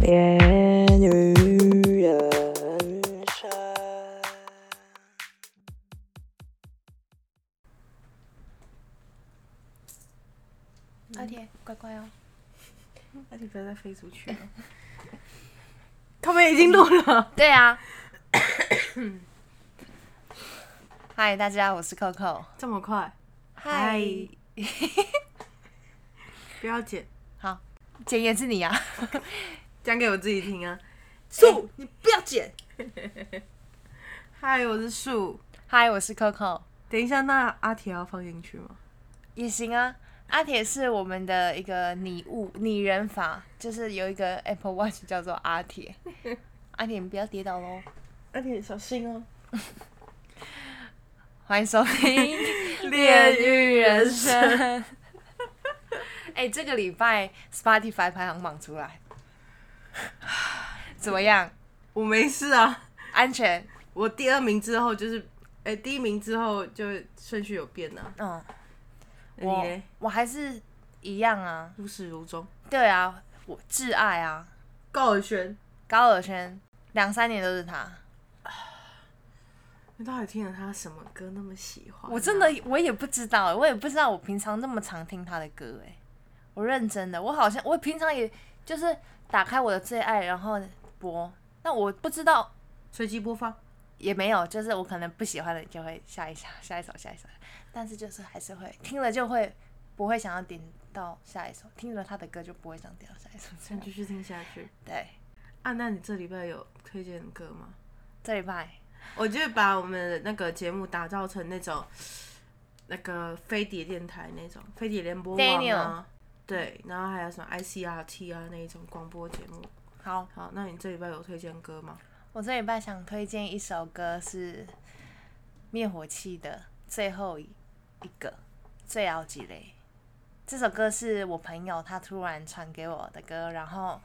恋与人生。阿铁，乖乖 哦。而嗯且不要再飞出 去了。他们已经录了，对啊。 嗨，大家，我是 Coco。这么快？嗨，不要剪，好，简言是你啊。讲给我自己听啊。树，你不要剪。哎嗨，我是树。嗨，我是 Coco，等一下，那阿铁要放进去吗？也行啊。阿铁是我们的一个拟物拟人法，就是有一个 Apple Watch 叫做阿铁。阿铁，你不要跌倒喽！阿铁，小心哦。欢迎收 听《炼狱人生》。 哎，这个礼拜 Spotify 排行榜出来，怎么样？我没事啊。安全？我第二名之后就是，哎、第一名之后就顺序有变啊。嗯，那你我嘞？我还是一样啊。如始如终。对啊，我挚爱啊，高尔轩，高尔宣两三年都是他。你到底听了他什么歌那么喜欢啊、我真的我也不知道，我也不知道我平常那么常听他的歌哎、我认真的，我好像我平常也就是打开我的最爱，然后播，那我不知道随机播放。也没有，就是我可能不喜欢的就会下一下下一首下一首，但是就是还是会听了就会不会想要点到下一首，听了他的歌就不会想点到下一首这那样。继续听下去。对，啊，那你这礼拜有推荐歌吗？这礼拜我就把我们的那个节目打造成那种那个飞碟电台那种飞碟联播网 Daniel 啊，对，然后还有什么 ICRT 啊那一种广播节目。好，好，那你这礼拜有推荐歌吗？我这礼拜想推荐一首歌是灭火器的《最后一个最后几雷》。这首歌是我朋友他突然传给我的歌，然后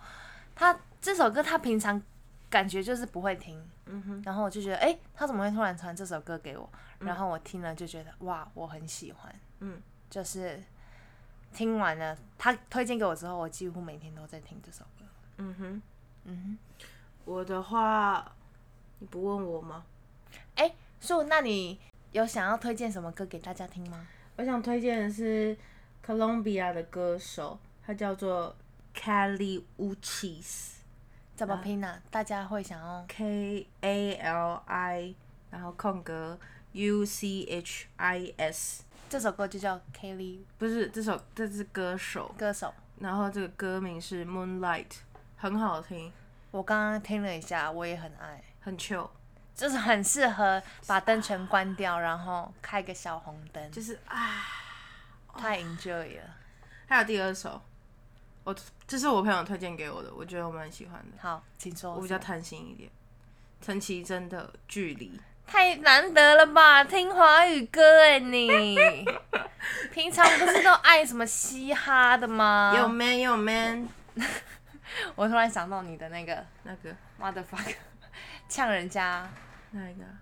他这首歌他平常感觉就是不会听，嗯哼，然后我就觉得诶，他怎么会突然传这首歌给我？然后我听了就觉得哇，我很喜欢，嗯，就是听完了他推荐给我之后，我几乎每天都在听这首歌。嗯哼，嗯我的话，你不问我吗？哼，哎、树，那你有想要推荐什么歌给大家听吗？我想推荐的是哥伦比亚的歌手，他叫做 Cali Uchis。啊怎么拼呢、大家会想要 K A L I，然后空格 U C H I S，这首歌就叫 Kelly 不是这首，这是歌手，歌手。然后这个歌名是 Moonlight，很好听，我刚刚听了一下，我也很爱，很 chill，就是很适合把灯全关掉，然后开个小红灯，就是啊。太 enjoy 了。还有第二首，我这是我朋友推荐给我的，我觉得我蛮喜欢的，好，请说。我比较贪心一点。陈绮贞的《距离》，太难得了吧，听华语歌哎 你，平常不是都爱什么嘻哈的吗？有 man 有 man 我突然想到你的那个那个 motherfucker 呛人家，那一个啊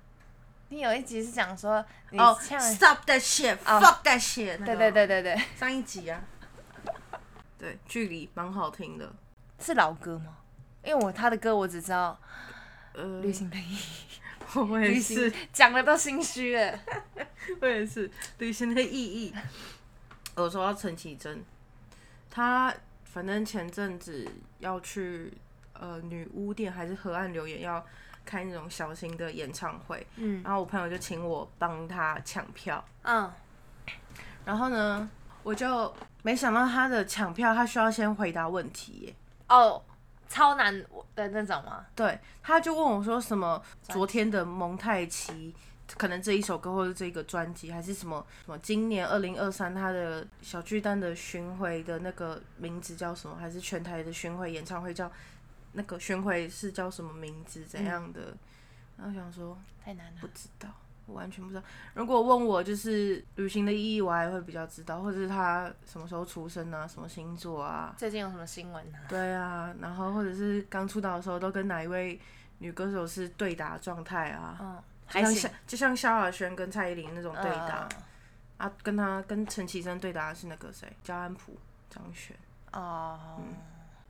你有一集是讲说你哦、呛人 s t o p that shit，fuck、哦 that shit，那个对对对对对，上一集啊，对，距离蛮好听的。是老歌吗？因为我他的歌我只知道呃，旅行的 意义，我旅也行是，讲的都心虚了。我也是，旅行的意义。我说到陈绮贞，她反正前阵子要去呃女巫店还是河岸留言要开那种小型的演唱会，嗯然后我朋友就请我帮她抢票，嗯，然后呢，我就没想到她的抢票，她需要先回答问题耶。哦，超难的那种吗？对，他就问我说什么昨天的蒙太奇，可能这一首歌或者这个专辑，还是什么什么今年二零二三他的小巨蛋的巡回的那个名字叫什么，还是全台的巡回演唱会叫那个巡回是叫什么名字怎样的？然后想说太难了不。知道，我完全不知道。如果问我就是旅行的意义，我还会比较知道，或者是他什么时候出生啊，什么星座啊，最近有什么新闻呢、对啊，然后或者是刚出道的时候都跟哪一位女歌手是对打状态啊？嗯，就还像行像。就像萧亚轩跟蔡依林那种对打、嗯啊，跟她跟陈绮贞对打的是那个谁，焦安普、张悬。哦，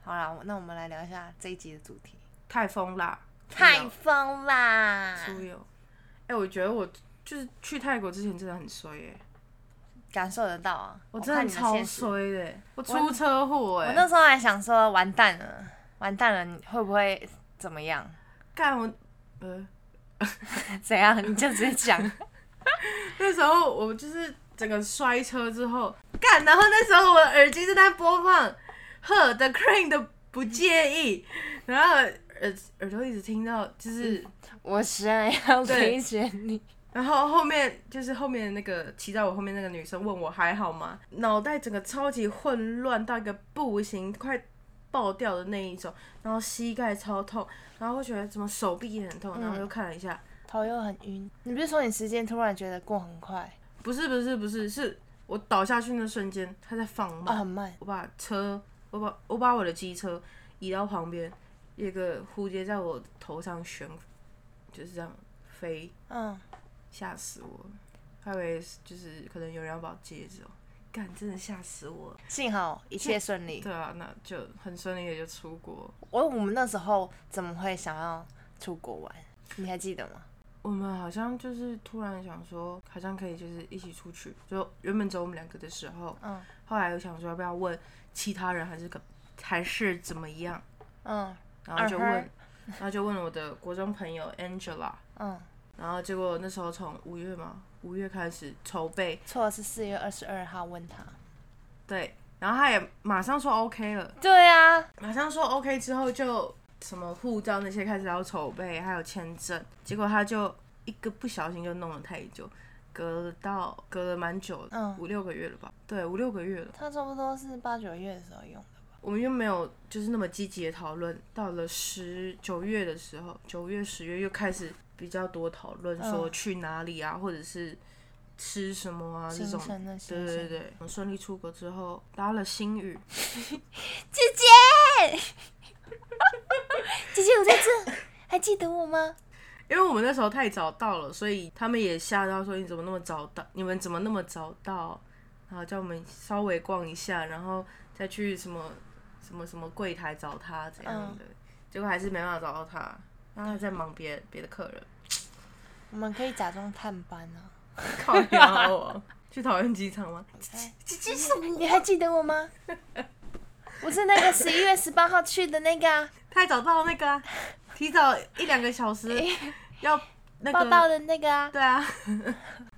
好啦，那我们来聊一下这一集的主题泰风啦， ——泰啊风啦。出游。哎、我觉得我就是去泰国之前真的很衰哎、感受得到啊，我我真看的你的欸超现实。衰的欸、我出车祸哎、我那时候还想说，完蛋了，完蛋了，你会不会怎么样？ 干我，呃，怎样？你就直接讲。 那时候我就是整个摔车之后，干，然后那时候我的耳机正在播放呵 The Cream 的不介意，然后耳耳朵一直听到就是，我想要对理解你。然后后面就是后面那个骑在我后面那个女生问我还好吗，脑袋整个超级混乱到一个不行，快。爆掉的那一种，然后膝盖超痛，然后会觉得怎么手臂也很痛，然后又看了一下，头又很晕。你不是说你时间突然觉得过很快不是不是不是，是我倒下去那瞬间，他在放啊、慢，很慢？我把车，我把我把我的机车移到旁边，一个蝴蝶在我头上悬，就是这样飞，嗯，吓死我了！还以为是就是可能有人要把我接走，干，真的吓死我了。幸好一切顺利。对啊，那就很顺利的就出国。我我们那时候怎么会想要出国玩？你还记得吗？我们好像就是突然想说，好像可以就是一起出去，就原本只有我们两个的时候，嗯，后来又想说要不要问其他人还是可还是怎么样，嗯然后就问嗯哼然后就问我的国中朋友 Angela，嗯，然后结果那时候从五月嘛，五月开始筹备，错是四月二十二号问他。对，然后他也马上说 OK 了，对啊，马上说 OK 之后就什么护照那些开始要筹备，还有签证，结果他就一个不小心就弄了太久，隔了到隔了蛮久的，嗯五六个月了吧？对，五六个月了，他差不多是八九月的时候用的。我们又没有就是那么积极的讨论，到了十九月的时候，九月十月又开始比较多讨论说嗯去哪里啊，或者是吃什么啊这行种。程的行对程。对对，我顺利出国之后搭了新宇，姐姐，姐姐我在这， 还记得我吗？因为我们那时候太早到了，所以他们也吓到说你怎么那么早到？你们怎么那么早到？然后叫我们稍微逛一下，然后再去什么什么什么柜台找他怎样嗯的，结果还是没办法找到他，然后他在忙别别的客人，我们可以假装探班 啊。靠腰哦， 去桃园机场吗？这这是我你还记得我吗？我是 那个十一月十八号去的那个、啊、太早到那个啊、提早一两个小时要那报道个，的那个啊。对啊，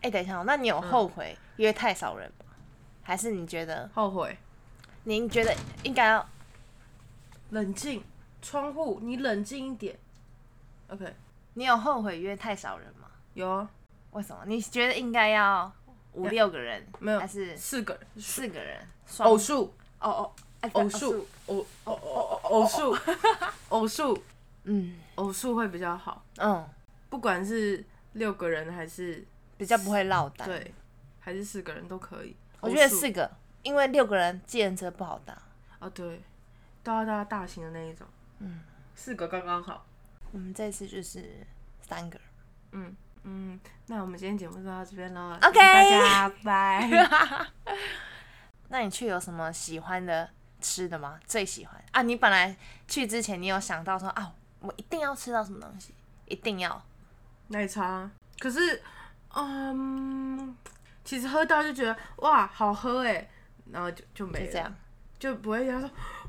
哎、等一下哦，那你有后嗯悔约太少人吗？还是你觉得后悔。您觉得应该要冷静，窗户，你冷静一点。OK，你有后悔约太少人吗？有啊，为什么？你觉得应该要五六个人，没有？还是四个人四个人？双偶数，哦哦，哎偶数，，哦偶偶偶偶数，偶数，嗯偶数会比较好。嗯，不管是六个人还是比较不会落单。，对，还是四个人都可以。我觉得偶数四个，因为六个人计程车不好搭。啊，对，都要大大型的那一种。嗯，四个刚刚好。我们这次就是三 个人。嗯嗯，那我们今天节目就到这边了 OK 大家拜。 那你去有什么喜欢的吃的吗？最喜欢啊！你本来去之前，你有想到说啊，我一定要吃到什么东西，一定要奶茶。可是，嗯，其实喝到就觉得哇，好喝哎，然后就就没就了，这样。就不会想说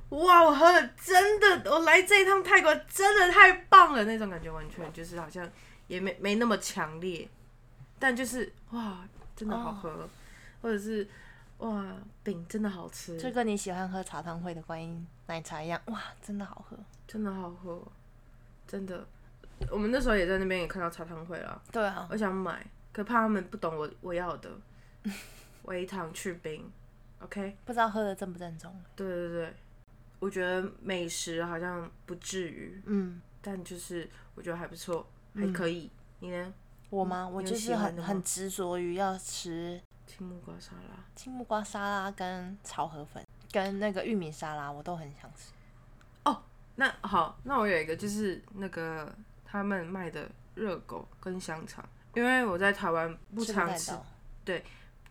哇，我喝了真的，我来这一趟泰国真的太棒了那种感觉，完全就是好像也没没那么强烈，但就是哇，真的好喝，或者是哇，饼真的好吃，就跟你喜欢喝茶汤会的观音奶茶一样，哇，真的好喝。真的好喝，真的。我们那时候也在那边也看到茶汤会了，对啊，我想买，可怕他们不懂我我要的。微糖去冰，OK？不知道喝的正不正宗。对对对，我觉得美食好像不至于，嗯，但就是我觉得还不错，还可以。你呢？我吗？我有就是喜欢很的吗很执着于要吃青木瓜沙拉，青木瓜沙拉、跟炒河粉、跟那个玉米沙拉，我都很想吃。那好，那我有一个就是那个他们卖的热狗跟香肠，因为我在台湾不吃不常太吃到，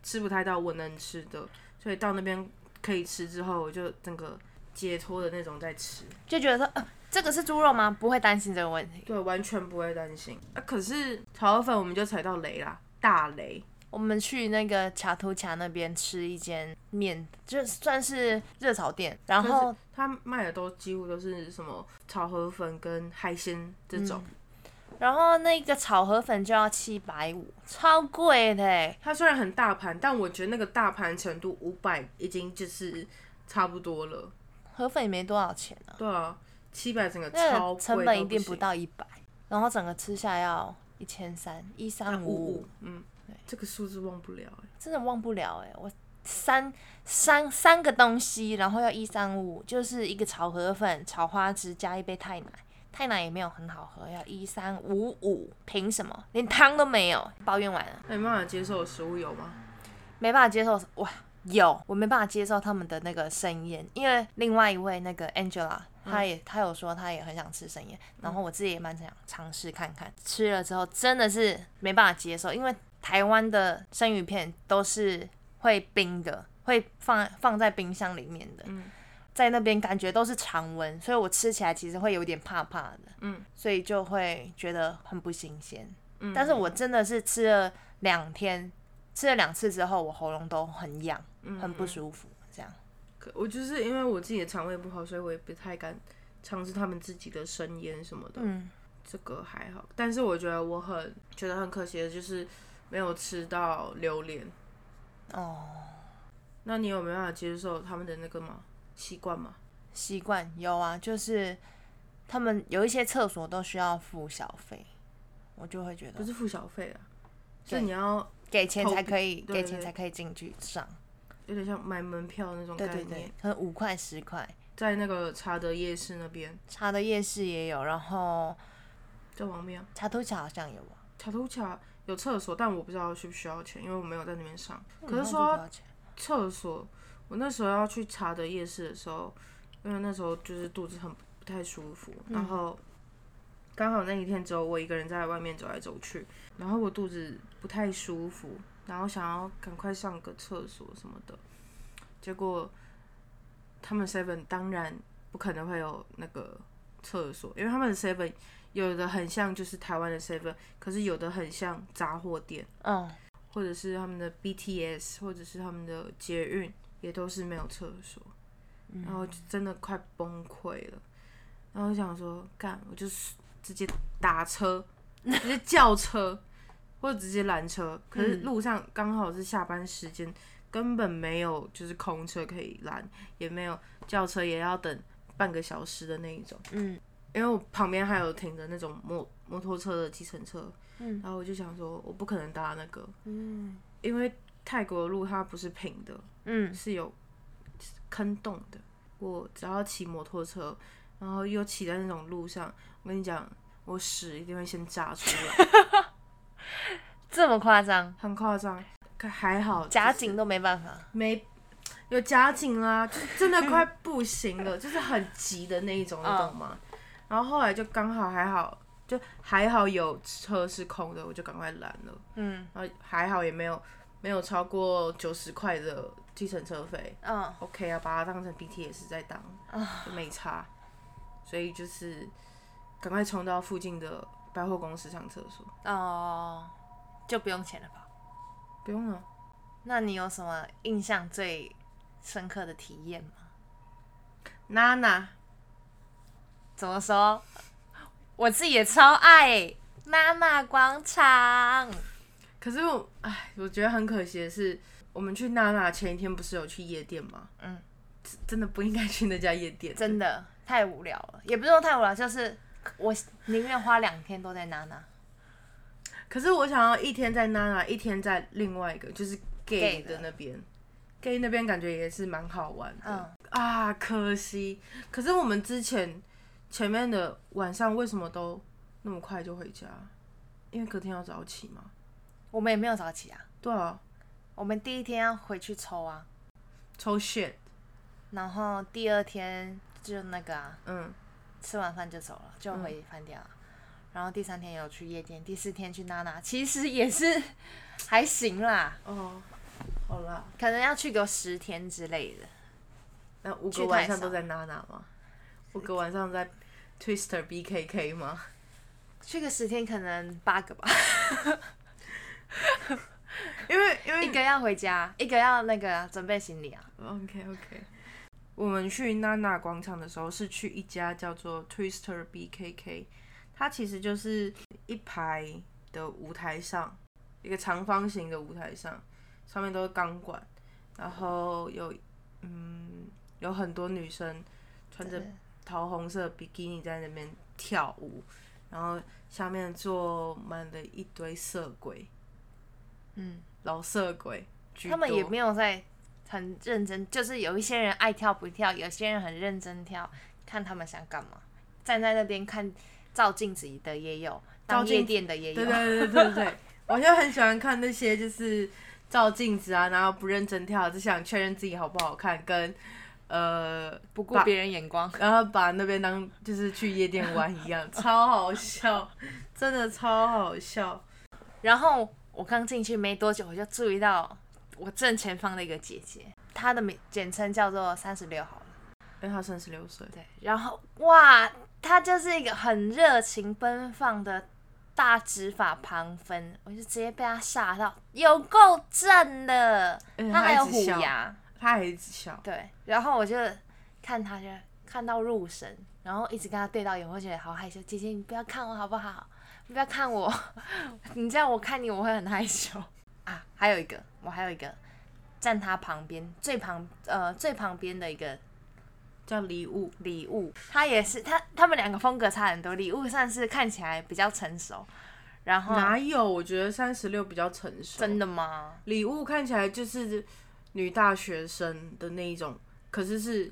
吃不太到我能吃的，所以到那边可以吃之后，我就整个解脱的那种在吃。就觉得说、呃、这个是猪肉吗？不会担心这个问题。对，完全不会担心。啊，可是炒河粉我们就踩到雷啦，大雷。我们去那个卡图卡那边吃一间面，就算是热炒店，然后他卖的都几乎都是什么炒河粉跟海鲜这嗯种，然后那个炒河粉就要七百五，超贵的欸。它虽然很大盘，但我觉得那个大盘程度五百已经就是差不多了。河粉也没多少钱啊，对啊，七百整个那超个贵，成本一定不不行到一百，然后整个吃下来要一千三，一三五五五五，，嗯，这个数字忘不了、欸。真的忘不了哎、我三三三个东西，然后要一三五，就是一个炒河粉、炒花枝加一杯太奶，太奶也没有很好喝，要一三五五，凭什么？连汤都没有，抱怨完了，那你办法接受的食物有吗？没办法接受哇。有，我没办法接受他们的那个生宴，因为另外一位那个 Angela，她嗯也、她有说她也很想吃生宴，然后我自己也蛮想尝试看看，吃了之后真的是没办法接受，因为台湾的生鱼片都是会冰的，会放放在冰箱里面的，嗯在那边感觉都是常温，所以我吃起来其实会有点怕怕的，嗯，所以就会觉得很不新鲜，嗯但是我真的是吃了两天，吃了两次之后，我喉咙都很痒，很不舒服，这样。嗯可我就是因为我自己的肠胃不好，所以我也不太敢尝试他们自己的生腌什么的。嗯，这个还好，但是我觉得我很觉得很可惜的就是没有吃到榴莲。哦，那你有没有办法接受他们的那个吗？习惯吗？习惯有啊，就是他们有一些厕所都需要付小费，我就会觉不得是付小费啊，对是你要给钱才可以，投对给钱对才可以进去上。有点像买门票那种概对念。对对，可能五块十块，在那个查德夜市那边，茶的夜市也有，然后在啊王庙，茶头桥好像有啊。卡图卡有厕所，但我不知道需不需要钱，因为我没有在那边上。可那是就说到不要钱厕所，我那时候要去查的夜市的时候，因为那时候就是肚子很不太舒服，然后刚好那一天只有我一个人在外面走来走去，然后我肚子不太舒服，然后想要赶快上个厕所什么的，结果他们 seven 当然不可能会有那个厕所，因为他们的 seven 有的很像就是台湾的 seven，可是有的很像杂货店。嗯，或者是他们的 BTS，或者是他们的捷运，也都是没有厕所，嗯然后就真的快崩溃了。然后我想说，干，我就是直接打车， 直接叫车，或者直接拦车。可是路上刚好是下班时间，根本没有就是空车可以拦，也没有叫车，也要等半个小时的那一种。嗯，因为我旁边还有停着那种摩摩托车的计程车，嗯，然后我就想说，我不可能搭那个，嗯因为泰国的路它不是平的，嗯，是有坑洞的。我只要骑摩托车，然后又骑在那种路上，我跟你讲，我屎一定会先炸出来， 这么夸张，很夸张。可还好就是夹紧都没办法。没有夹紧啦，就是真的快不行了，就是很急的那一种，你懂吗？然后后来就刚好还好，就还好有车是空的，我就赶快拦了。嗯然后还好也没有没有超过九十块的计程车费嗯，啊，OK 啊，把它当成 BTS 在当，就没差。所以就是赶快冲到附近的百货公司上厕所，哦，就不用钱了吧？不用了。那你有什么印象最深刻的体验吗？娜娜，怎么说？我自己也超爱娜娜广场。可是我哎，我觉得很可惜的是，我们去娜娜前一天不是有去夜店吗？嗯真，真的不应该去那家夜店，真的太无聊了，也不是说太无聊，就是我宁愿花两天都在娜娜。可是我想要一天在娜娜，一天在另外一个就是 gay Gay 的的那边，gay 那边感觉也是蛮好玩的、嗯啊，可惜。可是我们之前前面的晚上为什么都那么快就回家？因为隔天要早起嘛。我们也没有早起啊，对啊，我们第一天要回去抽啊，抽 shit，然后第二天就那个啊，嗯，吃完饭就走了，就回饭店了。然后第三天有去夜店，第四天去娜娜，其实也是还行啦。哦，好啦，可能要去个十天之类的。那五去个晚太上少都在娜娜吗？ 五个晚上在 Twister BKK 吗？去个十天可能八个吧，因为因为一个要回家，一个要那个准备行李啊。 OK OK，我们去娜娜广场的时候是去一家叫做 Twister BKK，它其实就是一排的舞台上，一个长方形的舞台上，上面都是钢管，然后有嗯有很多女生穿着对桃红色比基尼在那边跳舞，然后下面坐满了一堆色鬼，嗯，老色鬼居多，他们也没有在很认真，就是有一些人爱跳不跳，有些人很认真跳，看他们想干嘛。站在那边看照镜子的也有，照当镜夜店的也有。对对对对对对，我就很喜欢看那些就是照镜子啊，然后不认真跳，只想确认自己好不好看，跟呃，不顾别人眼光。然后把那边当就是去夜店玩一样，超好笑，真的超好笑。然后我刚进去没多久，我就注意到我正前方的一个姐姐，她的名简称叫做三十六好了。因为他三十六岁，对，然后哇，她就是一个很热情奔放的大直发旁分，我就直接被她吓到，有够正的嗯，她还有她一直虎笑牙，他还一直笑，对，然后我就看她就看到入神，然后一直跟她对到眼，我就觉得好害羞，姐姐你不要看我好不好？你不要看我， 你这样我看你我会很害羞啊。还有一个，我还有一个站她旁边最旁呃最旁边的一个叫礼物，礼物，他也是他他们两个风格差很多。礼物算是看起来比较成熟，然后哪有？我觉得三十六比较成熟，真的吗？礼物看起来就是女大学生的那一种，可是是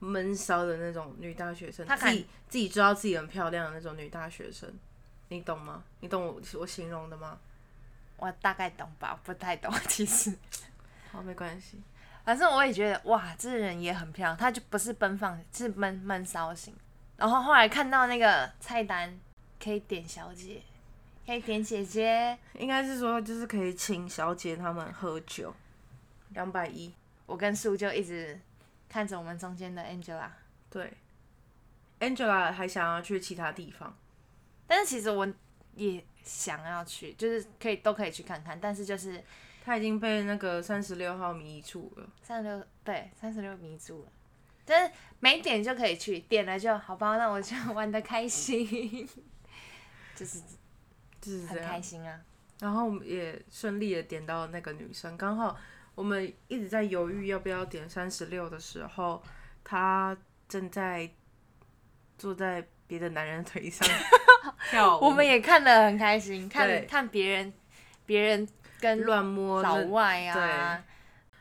闷骚的那种女大学生，她自看己自己知道自己很漂亮的那种女大学生，你懂吗？你懂我我形容的吗？我大概懂吧，不太懂 其实。好，没关系。反正我也觉得哇，这人也很漂亮，她就不是奔放，是闷闷骚型。然后后来看到那个菜单，可以点小姐，可以点姐姐。应该是说就是可以请小姐她们喝酒，两百一，我跟树就一直看着我们中间的 Angela，对。Angela 还想要去其他地方，但是其实我也想要去，就是可以都可以去看看，但是就是她已经被那个三十六号迷住了。三十六对三十六迷住了，但是没点就可以去，点了就好吧，那我就玩的开心， 就是就是这很样开心啊。然后我们也顺利的点到那个女生，刚好我们一直在犹豫要不要点三十六的时候，她正在坐在别的男人腿上 跳舞，我们也看得很开对心，看看别人别人跟乱摸老那外啊，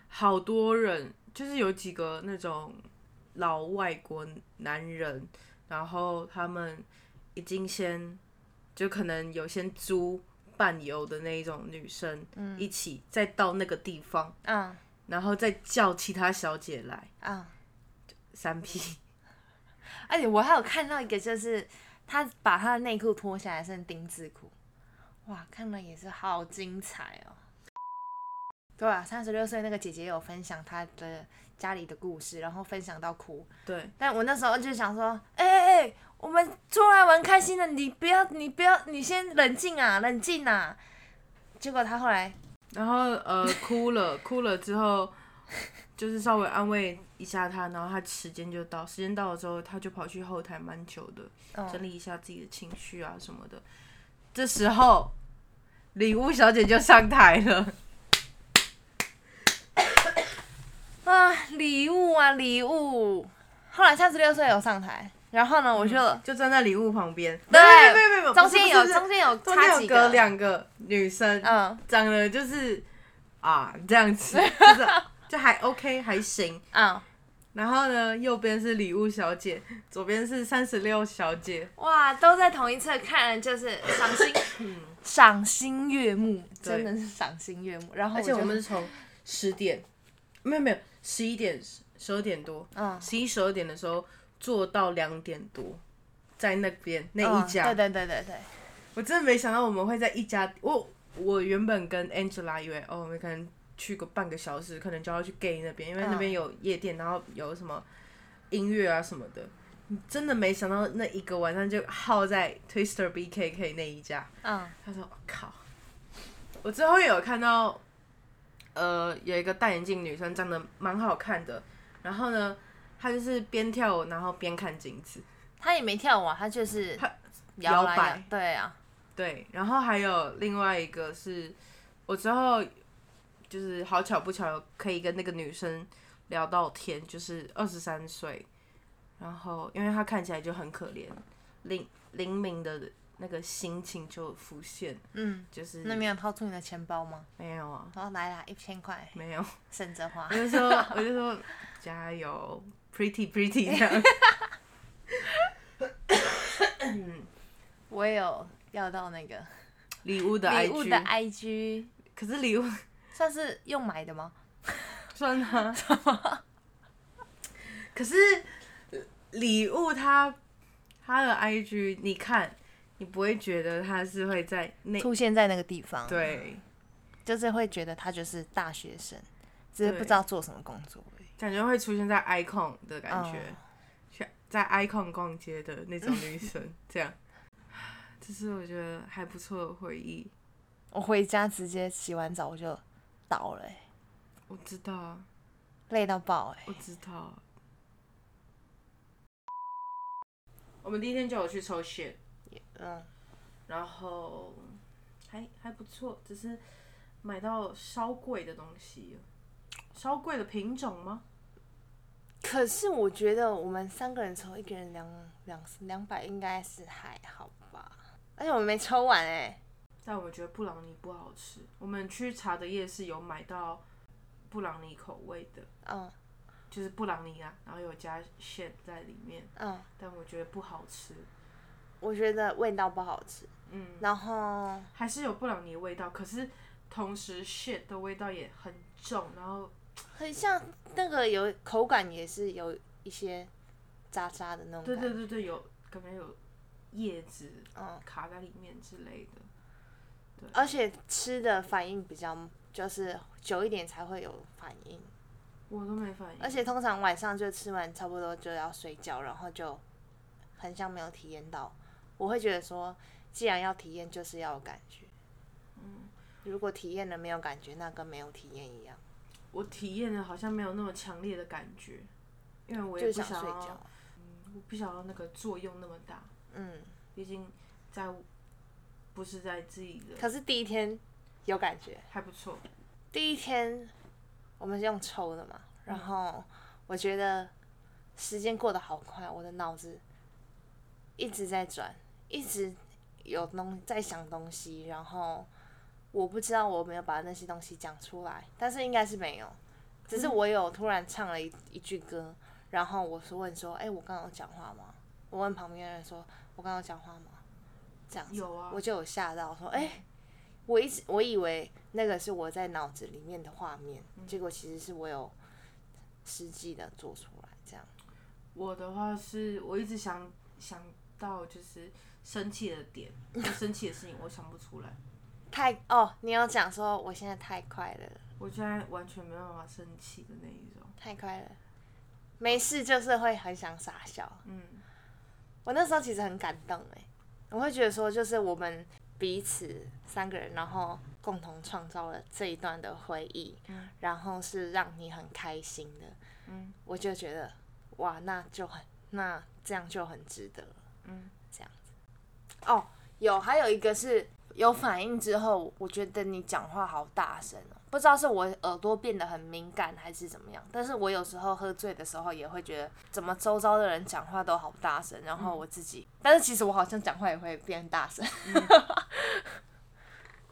好多人，就是有几个那种老外国男人，然后他们已经先就可能有先租伴游的那一种女生，一起再到那个地方。嗯然后再叫其他小姐来嗯，三 P，而且我还有看到一个，就是他把他的内裤脱下来剩丁字裤，哇，看了也是好精彩哦。对啊，三十六岁那个姐姐有分享她的家里的故事，然后分享到哭。对，但我那时候就想说，哎哎哎，我们出来玩开心的，你不要，你不要，你先冷静啊，冷静啊。结果她后来，然后呃哭了， 哭了之后就是稍微安慰一下她，然后她时间就到，时间到了之后，她就跑去后台蛮久的，整嗯，理一下自己的情绪啊什么的。这时候礼物小姐就上台了， 啊，礼物啊礼物。后来三十六岁有上台，然后呢，我就。就站在礼物旁边，对没有没有没有没有，中间不是有不是中间有中差间几有隔两个女生，嗯长得就是啊这样 子，就是就还 OK 还行，嗯，然后呢，右边是礼物小姐，左边是三十六小姐，哇，都在同一侧看，就是 赏心赏心悦目，对真的是赏心悦目。然后而且就我们是从十点，没有没有十一点十二点多，嗯十一十二点的时候坐到两点多，在那边那嗯一家，对对对对对，我真的没想到我们会在一家，我我原本跟 Angela 以为哦，我们可能去个半个小时，可能就要去 gay 那边，因为嗯那边有夜店，然后有什么音乐啊什么的。你真的没想到那一个晚上就耗在 Twister BKK 那一家。嗯，他说：“哦靠！”我之后也有看到，呃，有一个戴眼镜女生长得蛮好看的，然后呢，她就是边跳舞然后边看镜子，他也没跳舞、啊，他就是他摇来摇摆摇对啊，对，然后还有另外一个是，我之后就是好巧不巧可以跟那个女生聊到天，就是二十三岁，然后因为她看起来就很可怜，林林明的那个心情就浮现，嗯，就是那没有掏出你的钱包吗？没有啊，然后来啦，一千块，没有，省着花 我。就说我就说加油，pretty pretty 这样，我也有要到那个礼物的礼物的 IG， IG，可是礼物算是用买的吗？算啊，可是呃礼物它它的 IG，你看，你不会觉得它是会在那出现在那个地方，，对，就是会觉得他就是大学生，只是对不知道做什么工作而已。感觉会出现在 icon 的感觉哦，去在 icon 逛街的那种女生，这样，这是我觉得还不错的回忆。我回家直接洗完澡我就倒了、欸我知道啊，累到爆哎、我知道啊。我们第一天就有去抽血。嗯，然后还还不错，只是买到稍贵的东西，稍贵的品种吗？可是我觉得我们三个人抽，一个人两两两百应该是还好吧，而且我们没抽完哎、但我觉得布朗尼不好吃。我们去茶的夜市有买到布朗尼口味的，嗯就是布朗尼啊，然后有加馅在里面，嗯，但我觉得不好吃。我觉得味道不好吃，嗯，然后还是有布朗尼的味道，可是同时馅的味道也很重，然后很像那个有口感也是有一些渣渣的那种对感觉，对对对，有感觉有叶子嗯，卡在里面之类的。而且吃的反应比较就是久一点才会有反应，我都没反应，而且通常晚上就吃完差不多就要睡觉，然后就很像没有体验到。我会觉得说，既然要体验，就是要有感觉。嗯，如果体验了没有感觉，那跟没有体验一样，我体验的好像没有那么强烈的感觉，因为我也就不是想要，嗯睡觉。我不想要那个作用那么大，嗯，毕竟在不是在自己的可是第一天有感觉，还不错，第一天我们是用抽的嘛，然后我觉得时间过得好快，我的脑子一直在转，一直有东在想东西，然后我不知道我有没有把那些东西讲出来，但是应该是没有，只是我有突然唱了一一句歌，然后我是问说，哎、我刚刚有讲话吗？我问旁边的人说，我刚刚有讲话吗？这样子。有啊我，就有吓到，说：“哎、我一直我以为那个是我在脑子里面的画面，结果其实是我有实际的做出来，这样。我的话是我一直想想到就是生气的点，就生气的事情我想不出来，太哦，你有讲说我现在太快乐了，我现在完全没办法生气的那一种，太快乐，没事就是会很想傻笑。嗯，我那时候其实很感动哎、我会觉得说，就是我们彼此三个人，然后共同创造了这一段的回忆，嗯然后是让你很开心的，嗯，我就觉得哇，那就很那这样就很值得了，嗯，这样子。哦，有还有一个是有反应之后，我觉得你讲话好大声哦，不知道是我耳朵变得很敏感还是怎么样，但是我有时候喝醉的时候也会觉得怎么周遭的人讲话都好大声，然后我自己，但是其实我好像讲话也会变大声，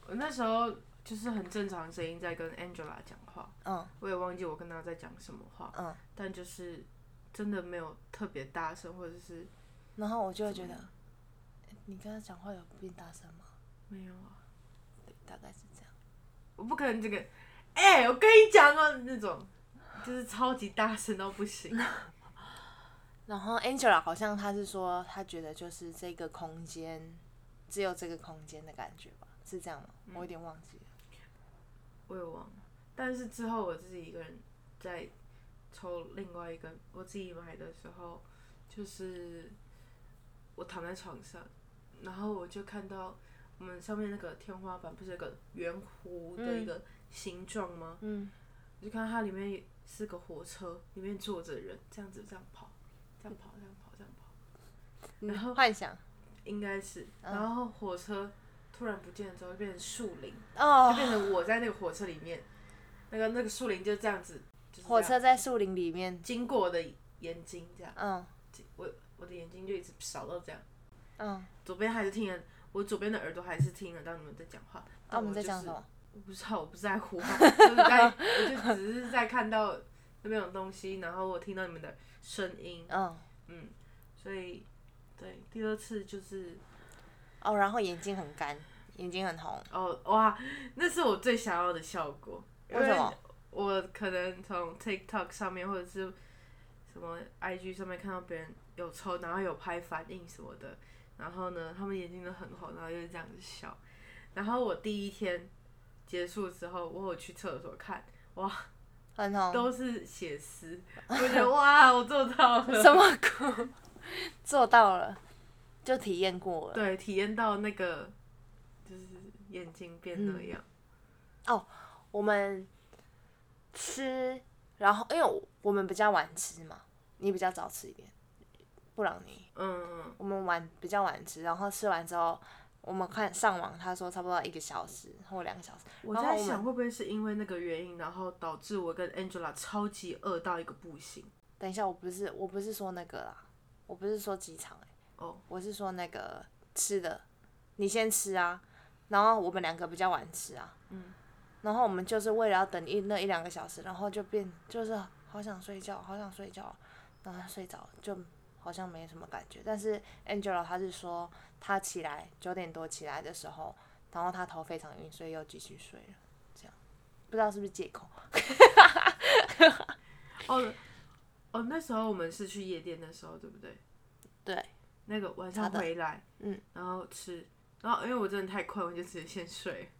我那时候就是很正常的声音在跟 Angela 讲话，嗯我也忘记我跟他在讲什么话，嗯，但就是真的没有特别大声，或者是然后我就会觉得，诶你跟他讲话有变大声吗？没有啊，对，大概是这样。我不可能这个，哎、我跟你讲哦，那种就是超级大声到不行，然后 Angela 好像她是说，她觉得就是这个空间，只嗯有这个空间的感觉吧，是这样吗？我有点忘记了。我也忘了，但是之后我自己一个人在抽另外一个我自己买的时候，就是我躺在床上，然后我就看到我们上面那个天花板不是有个圆弧的一个形状吗？嗯，我就看到它里面是个火车，里面坐着人，这样子这样跑，这样跑，这样跑，这样跑，然 后幻想应该是，嗯然后火车突然不见了之后，就变成树林。就哦，变成我在那个火车里面，那个那个树林就这样子，就是、火车在树林里面，经过我的眼睛这样，嗯我我的眼睛就一直扫到这样，嗯，左边还是听得，我左边的耳朵还是听得到你们在讲话，啊，但我们在就是讲什么？我不知道，我不在乎啊，就是 在，我就只是在看到那边有东西，然后我听到你们的声音，嗯嗯，所以对，第二次就是哦，然后眼睛很干，眼睛很红，哦哇，那是我最想要的效果。因为什么？我可能从 TikTok 上面或者是什么 IG 上面看到别人有抽，然后有拍反应什么的，然后呢，他们眼睛都很红，然后就是这样子笑。然后我第一天结束之后，我有去厕所看，哇，很红，都是血 丝，我觉得哇，我做到了，什么苦？ 做到了，就体验过了。对，体验到那个就是眼睛变那样，我们吃，然后因为我我们比较晚吃嘛，你比较早吃一点，布朗尼。嗯嗯，我们晚比较晚吃，然后吃完之后，我们看上网，他说差不多一个小时或两个小时。我然后在我们想会不会是因为那个原因，然后导致我跟 Angela 超级饿到一个不行。等一下，我不是我不是说那个啦，我不是说机场哎、哦我是说那个吃的，你先吃啊，然后我们两个比较晚吃啊，嗯，然后我们就是为了要等一那一两个小时，然后就变就是好想睡觉，好想睡觉，然后睡着就好像没什么感觉，但是 Angela 她是说她起来九点多起来的时候，然后她头非常晕，所以又继续睡了，这样不知道是不是借口，哦哦，那时候我们是去夜店的时候，对不对？对，那个晚好上的回来，嗯，然后吃，然后因为我真的太困，我就直接先睡。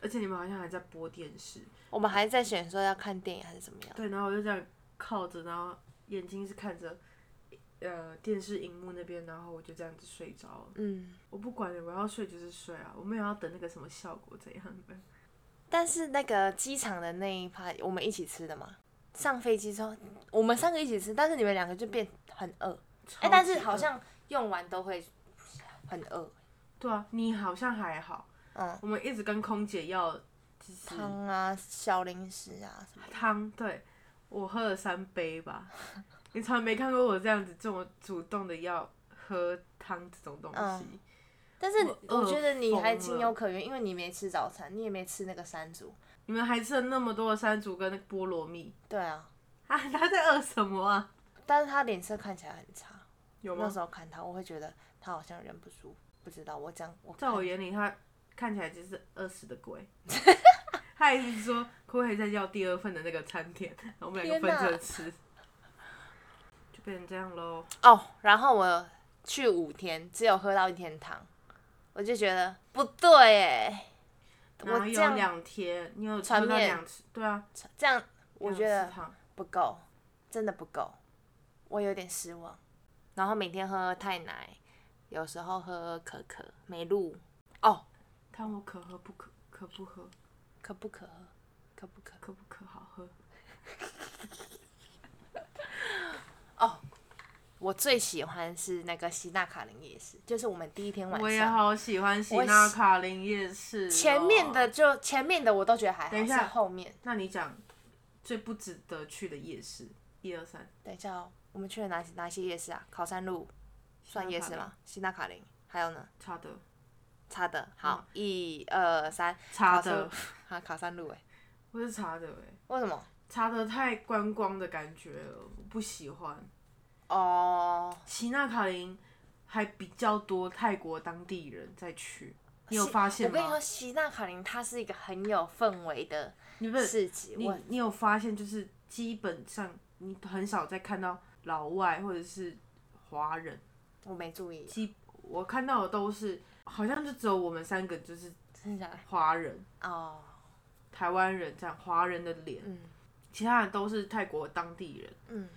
而且你们好像还在播电视，我们还在选说要看电影还是怎么样，对，然后我就这样靠着，然后眼睛是看着，呃，电视荧幕那边，然后我就这样子睡着了。嗯。我不管了，我要睡就是睡啊，我没有要等那个什么效果怎样的。但是那个机场的那一趴，我们一起吃的嘛。上飞机之后，我们三个一起吃，但是你们两个就变很饿。哎、超但是级好饿像用完都会很饿。对啊，你好像还好，嗯，我们一直跟空姐要就是汤啊，小零食啊什么的。汤，对我喝了三杯吧。 你从来没看过我这样子这么主动的要喝汤这种东西，嗯但是我我饿觉得你还疯情了有可原，因为你没吃早餐，你也没吃那个山竹。你们还吃了那么多的山竹跟那个菠萝蜜对啊，啊？ 他在饿什么啊？但是他脸色看起来很差。有那吗时？候看他，我会觉得他好像人不舒服，不知道我这样我在我看眼里，他看起来就是饿死的鬼。 他一直说可不可以再要第二份的那个餐点，然后我们两个分天哪着吃，就变成这样喽。哦，然后我去五天，只有喝到一天汤，我就觉得不对哎，我然后这有样两天，你有吃船到面两次，对啊，这样我两觉次得汤不够，真的不够，我有点失望。然后每天喝太奶，有时候喝可可、美露，哦，汤我可喝不可，可不喝，可不可喝？可不可？可不可好喝？我最喜欢是那个希纳卡林夜市，就是我们第一天晚我也上，好喜欢喜我纳喜卡林夜市、前面，的就前面的我都觉得还好，等一下是后面那你讲最不值得去的夜市，一二三，等一下哦，我们去了哪哪些夜市啊？考山路算夜市希纳卡吗？西纳卡林，还有呢？林？差的，差的，好，一二三，差考山路嗯的，，啊，考山路哎，我是差的哎、为什么？差的太观光的感觉了，我不喜欢。哦，喜纳卡林还比较多泰国当地人在去，你有发现我跟你说，吗？西纳卡林它是一个很有氛围的你不是市集，你我你有发现，就是基本上你很少再看到老外或者是华人，我没注意，基我看到的都是好像就只有我们三个就是真的假的华人，哦，台湾人这样华人的脸，嗯其他人都是泰国当地人，嗯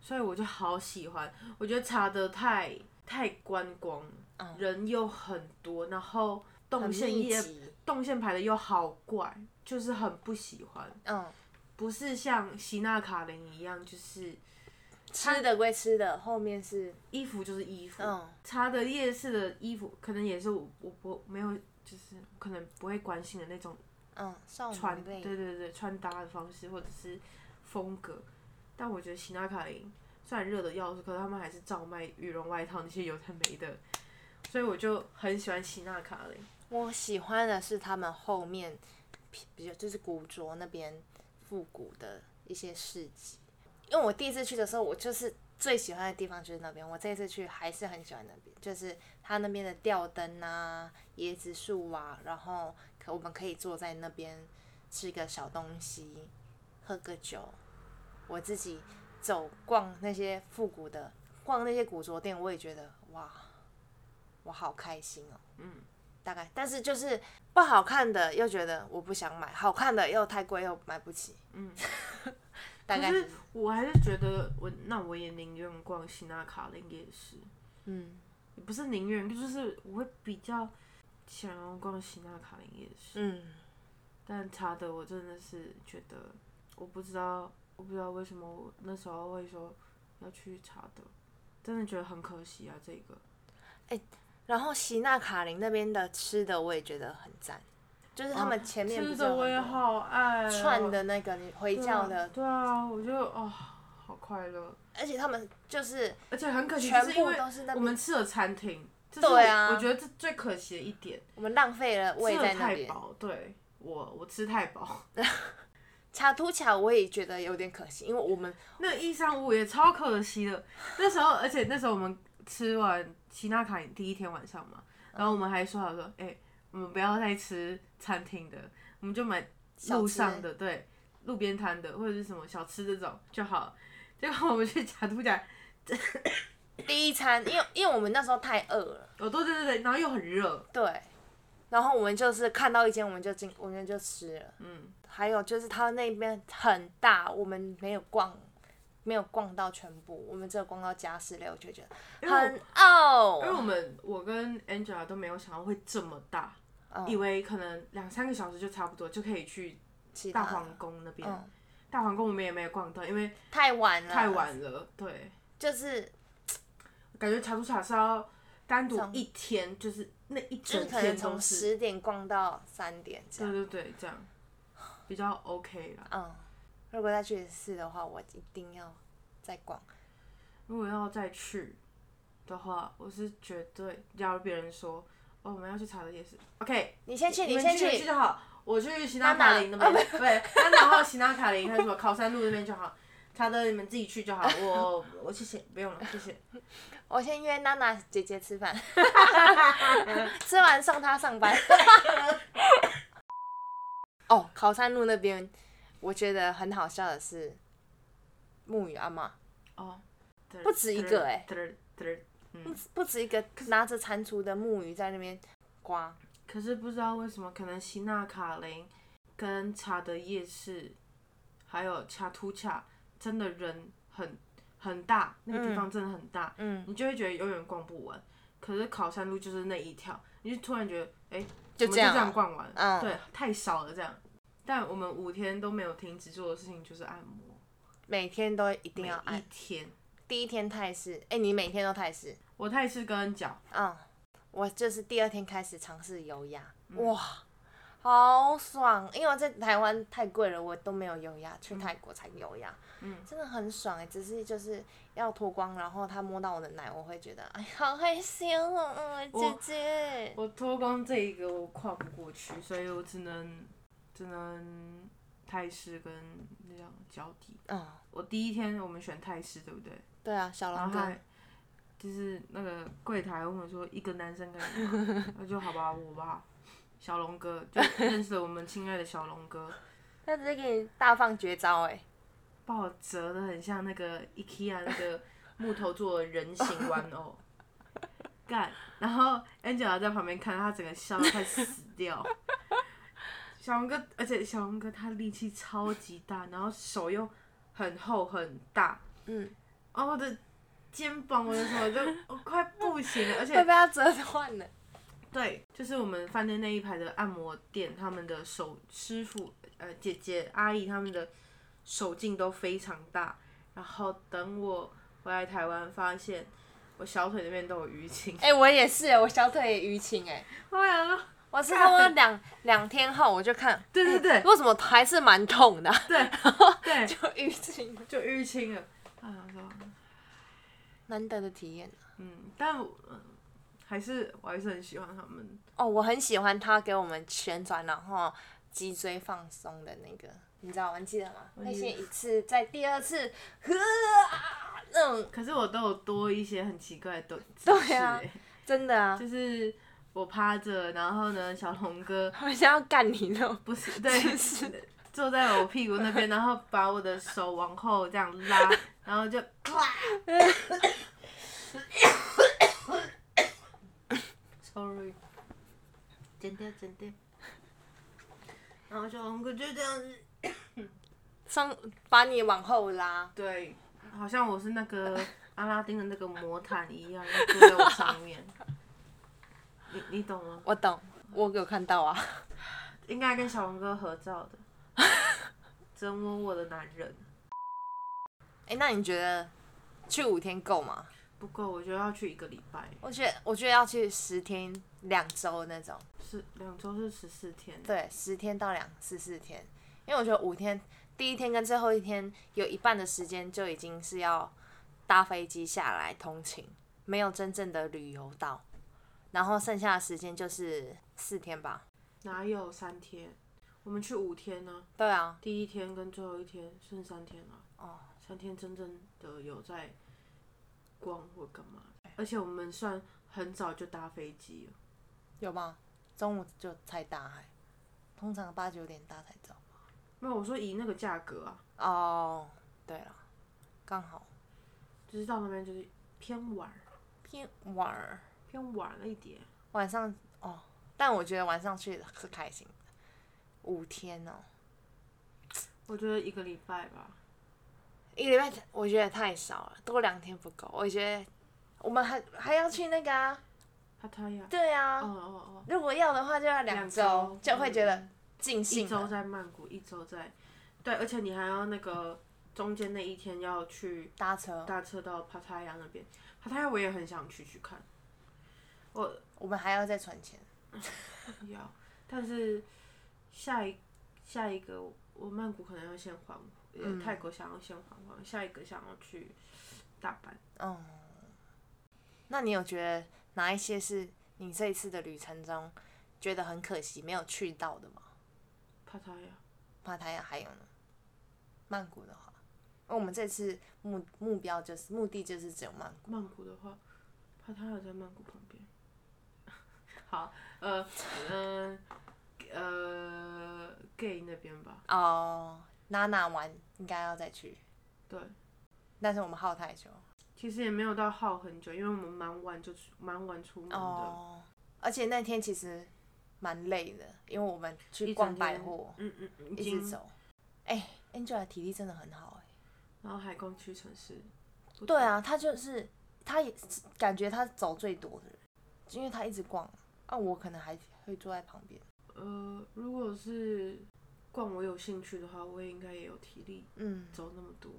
所以我就好喜欢。我觉得查得太太观光了，人又很多，然后动嗯很线密也集动线排的又好怪，就是很不喜欢。嗯，不是像希纳卡林一样，就是吃的归吃的，后面是衣服就是衣服。嗯查的夜市的衣服，可能也是我我不没有，就是可能不会关心的那种嗯少穿，女对类，对对，穿搭的方式或者是风格。但我觉得希纳卡林虽然热的要死，可是他们还是照卖羽绒外套那些有的没的，所以我就很喜欢希纳卡林。我喜欢的是他们后面，比较就是古着那边复古的一些市集。因为我第一次去的时候，我就是最喜欢的地方就是那边。我这一次去还是很喜欢那边，就是它那边的吊灯啊、椰子树啊，然后可我们可以坐在那边吃个小东西，喝个酒。我自己走逛那些复古的，逛那些古着店，我也觉得哇，我好开心哦。大概，但是就是不好看的又觉得我不想买，好看的又太贵又买不起，嗯， 大可概是是我还是觉得我那我也宁愿逛希纳卡林夜市，嗯也不是宁愿，就是我会比较想要逛希纳卡林夜市。嗯，但查的我真的是觉得，我不知道，我不知道为什么我那时候会说要去查的，真的觉得很可惜啊。这个然后希纳卡林那边的吃的我也觉得很赞，就是他们前面不哦吃是有的我很也多好爱、哦、串的那个回对啊教的，对啊，我就哦，好快乐，而且他们就是而且很可惜，全就是因部为都是那我边们吃了餐厅，这是对啊我觉得这最可惜的一点，我们浪费了吃位了在那太边。饱，对我我吃太饱。卡图卡我也觉得有点可惜，因为我们那一三五也超可惜的。那时候，而且那时候我们吃完希纳卡第一天晚上嘛，嗯然后我们还说好说，哎、我们不要再吃餐厅的，我们就买路上的，对，路边摊的或者是什么小吃这种就好。结果我们去假突假，第一餐，因为因为我们那时候太饿了。哦，对对对对，然后又很热，对，然后我们就是看到一间，我们就进，我们就吃了。嗯，还有就是它那边很大，我们没有逛，没有逛到全部，我们只有逛到家私类，我就觉得为我很哦傲。因为我们我跟 Angela 都没有想到会这么大，嗯哦以为可能两三个小时就差不多就可以去其大他皇的宫那边。嗯大皇宫我们也没有逛到，因为太晚了，太，晚了，对。就是感觉查出查是要单独从一天，就是那一就是整可能天都从是，十点逛到三点这对样。对对，这样比较 OK 啦。嗯，如果再去一次的话，我一定要再逛。如果要再去的话，我是绝对，假如别人说哦我们要去查的夜市，OK，你先去，你们先去你去去。就好。我去希纳卡林那边， 对，那然后希纳卡林还有什么考山路那边就好，查的你们自己去就好。我我谢谢，不用了，谢谢。 我先约娜娜姐姐吃饭， 吃完送她 上班。哦，考山路那边，我觉得很好笑的是，木鱼阿嬷哦，不止一个欸嘚儿嘚儿嗯。不止一个拿着蟾蜍的木鱼在那边刮，可是不知道为什么，可能希纳卡林跟查德夜市，还有恰图恰，真的人很很大，那个地方真的很大，嗯，你就会觉得永远逛不完。可是考山路就是那一条，你就突然觉得，哎、就我们这样就这样啊。逛完，嗯对，太少了这样。但我们五天都没有停止做的事情就是按摩，每天都一定每要一按。天。第一天泰式，哎、你每天都泰式？我泰式跟脚，嗯，我就是第二天开始尝试油压，嗯哇，好爽！因为我在台湾太贵了，我都没有油压，去泰国才油压，嗯，真的很爽哎、只是就是要脱光，然后他摸到我的奶，我会觉得哎，好害羞哦，嗯，姐姐，我脱光这一个我跨不过去，所以我只能只能泰式跟那样脚底。嗯，我第一天我们选泰式，对不对？对啊，小然狼后哥，还就是那个柜台问我说一个男生可以吗？ 我就好吧，我吧。小龙哥就认识了我们亲爱的小龙哥，他直接给你大放绝招哎、把我折的很像那个 IKEA 那个木头做的人形玩偶，干。然后 Angela 在旁边看，她整个笑到快死掉。小龙哥，而且小龙哥他力气超级大，然后手又很厚很大，嗯，然后我的肩膀，我的什么就我快不行了，而会且被他折 断的。对，就是我们饭店那一排的按摩店，他们的手师傅呃姐姐阿姨他们的手劲都非常大，然后等我回来台湾发现。我小腿那边都有淤青， 哎、我也是，我小腿也淤青哎、我想说，我是差不多两两天后我就看，对对对为什么还是蛮痛的啊、 对对， 就淤青，就淤青了。啊，我说，难得的体验。嗯，但我、嗯、还是我还是很喜欢他们。哦，我很喜欢他给我们旋转，然后脊椎放松的那个，你知道吗？你记得吗？那些一次，在第二次， 呵啊，那种可是我都有多一些很奇怪的动姿对势、啊欸，真的啊，就是我趴着，然后呢，小龙哥好像要干你那种。不是对， 坐在我屁股那边，然后把我的手往后这样拉，然后就哇，sorry，剪掉剪掉，然后小龙哥就这样子。上把你往后拉，对，好像我是那个阿拉丁的那个魔毯一样，要坐在我上面。你你懂吗？我懂，我有看到啊。应该跟小龙哥合照的， 折磨我的男人哎、那你觉得去五天够吗？不够，我觉得要去一个礼拜，我觉得我觉得要去十天两周那种，是两周是十四天。对，十天到两十四天，因为我觉得五天第一天跟最后一天有一半的时间就已经是要搭飞机下来通勤，没有真正的旅游到，然后剩下的时间就是四天吧。哪有三天？我们去五天呢、对啊，第一天跟最后一天剩三天了、哦，三天真正的有在逛或干嘛，而且我们算很早就搭飞机了。有吗？中午就才搭海，通常八九点搭才走。没有，我说以那个价格啊，哦，对了，刚好就是到那边就是偏晚，偏晚儿，偏晚了一点。晚上哦，但我觉得晚上去是开心的，五天哦，我觉得一个礼拜吧，一个礼拜我觉得太少了，多两天不够。我觉得我们还还要去那个啊，他他呀，对哦啊，哦哦，如果要的话就要两两周嗯就会觉得尽一兴周了。在曼谷，一周在，对，而且你还要那个中间那一天要去搭车，搭车到帕塔亚那边，帕塔亚我也很想去去看， 我我们还要再存钱。要，但是下一下一个我曼谷可能要先缓，呃，嗯泰国想要先缓缓，下一个想要去大阪。嗯，那你有觉得哪一些是你这一次的旅程中觉得很可惜没有去到的吗？帕塔亚，帕塔亚还有呢，曼谷的话，那我们这次目目标就是目的就是只有曼谷。曼谷的话，帕塔尔在曼谷旁边。 好，呃，嗯、呃，gay 呃那边吧，哦，娜娜玩应该要再去，对，但是我们耗太久。其实也没有到耗很久，因为我们蛮晚就出，蛮晚出门的，哦，而且那天其实蛮累的，因为我们去一整逛百天货，嗯嗯，嗯已一直经，走。哎、a n g e l a 体力真的很好哎、然后还逛屈臣氏，不对啊，她就是她也是感觉她走最多的人，因为她一直逛。啊，我可能还会坐在旁边。懂，呃，如果是逛我有兴趣的话，我也应该也有体力嗯，走那么多，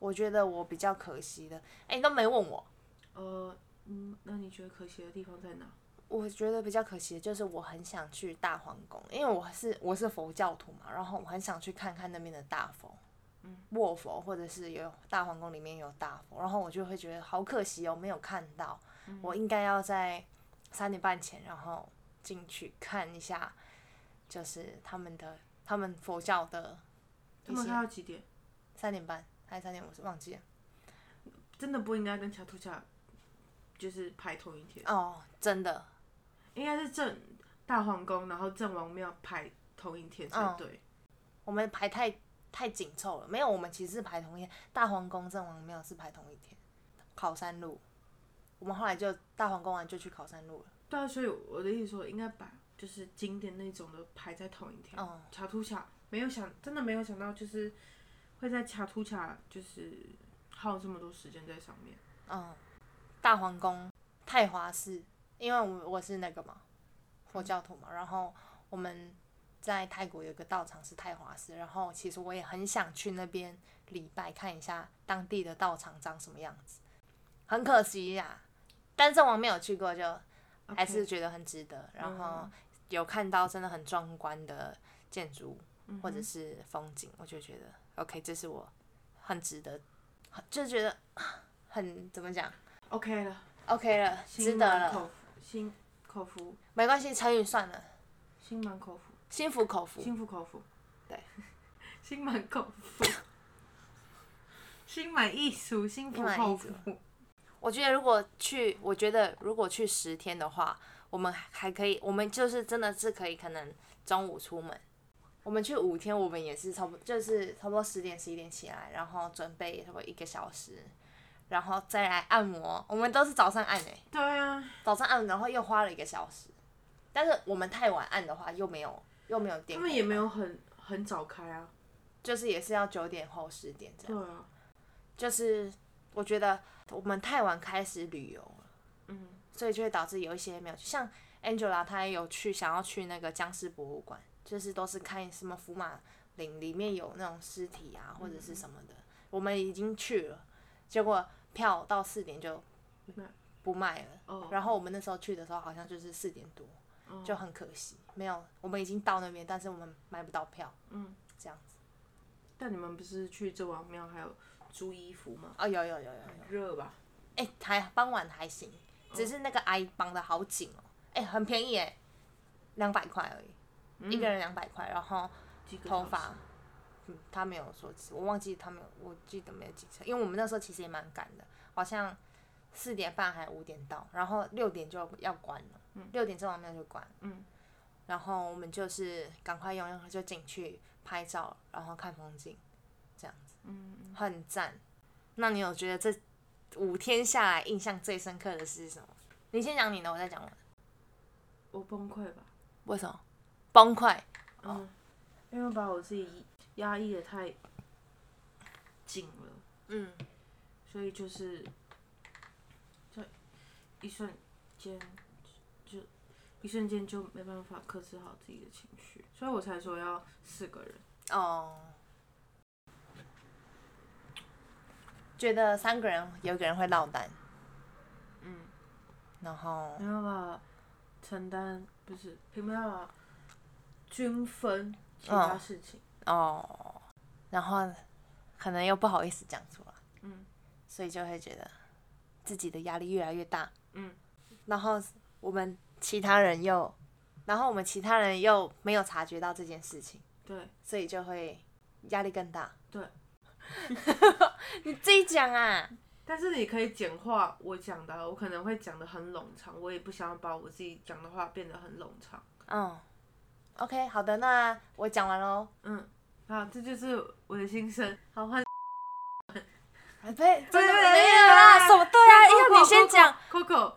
我觉得我比较可惜的，哎、你都没问我。呃，嗯，那你觉得可惜的地方在哪？我觉得比较可惜的就是，我很想去大皇宫，因为我是我是佛教徒嘛，然后我很想去看看那边的大佛，嗯，卧佛或者是有大皇宫里面有大佛，然后我就会觉得好可惜哦，没有看到，我应该要在三点半前，然后进去看一下，就是他们的他们佛教的他一们些开到几点？三点半还是三点，我是忘记了。真的不应该跟恰图恰就是排同一天，哦，真的，应该是正大皇宫，然后郑王庙排同一天才嗯对。我们排太太紧凑了，没有，我们其实是排同一天，大皇宫、郑王庙是排同一天，考山路，我们后来就大皇宫完就去考山路了。对啊，所以我的意思说，应该把就是经典那种的排在同一天。哦卡图卡没有想，真的没有想到，就是会在卡图卡就是耗这么多时间在上面。嗯，大皇宫、太华寺，因为我我是那个嘛佛教徒嘛，然后我们在泰国有个道场是太华寺，然后其实我也很想去那边礼拜看一下当地的道场长什么样子，很可惜呀、但正王没有去过就还是觉得很值得然后有看到真的很壮观的建筑物或者是风景，我就觉得 OK，这是我很值得，很就觉得啊很怎么讲 OK 了， OK 了，值心得满口了，服，心口服，没关系，成语算了，心满口服，心服口服。心服口服， 对，心满口 服，心满意足，心服心满口意足服。我觉得如果去，我觉得如果去十天的话，我们还可以，我们就是真的是可以，可能中午出门。我们去五天，我们也是差不多，就是差不多十点十一点起来，然后准备差不多一个小时，然后再来按摩。我们都是早上按诶、欸对啊，早上按，然后又花了一个小时。但是我们太晚按的话，又没有又没有电他可以们按，也没有很很早开啊。就是也是要九点后十点这样。对啊，就是我觉得我们太晚开始旅游了，嗯，所以就会导致有一些没有去。像 Angela 她也有去想要去那个僵尸博物馆，就是都是看什么福马林里面有那种尸体啊或者是什么的，我们已经去了，结果票到四点就卖不卖了。哦然后我们那时候去的时候好像就是四点多，哦就很可惜，没有我们已经到那边，但是我们买不到票。嗯，这样子但你们不是去这王庙还有租衣服吗？哦，有有有有有。热吧？哎、还傍晚还行，只是那个阿姨绑的好紧哦、哎、很便宜哎、两百块而已，一个人两百块，然后几个小头发时，嗯，他没有说几，我忘记他没有，我记得没有几车，因为我们那时候其实也蛮赶的，好像四点半还五点到，然后六点就要关了，六、点这方面就关，嗯，然后我们就是赶快用用就进去拍照，然后看风景，这样子，嗯嗯，很赞。那你有觉得这五天下来印象最深刻的是什么？你先讲你的，我再讲我的。我哦崩溃吧。为什么崩溃？哦嗯，因为把我自己压抑的太紧了，嗯，所以就是在一瞬间就一瞬间就没办法克制好自己的情绪，所以我才说要四个人。哦，觉得三个人有一个人会落单，嗯，然后没办法承担，不是没办法均分其他嗯事情。哦，然后可能又不好意思讲出来，嗯所以就会觉得自己的压力越来越大。嗯，然后我们其他人又，然后我们其他人又没有察觉到这件事情，对，所以就会压力更大。对， 你自己讲啊。但是你可以简化我讲的，我可能会讲的很冗长，我也不想要把我自己讲的话变得很冗长。嗯，OK，好的，那我讲完喽。嗯，好，这就是我的心声。 好，换啊对，真的对没有啦，对什么对啊？要你先讲， Coco，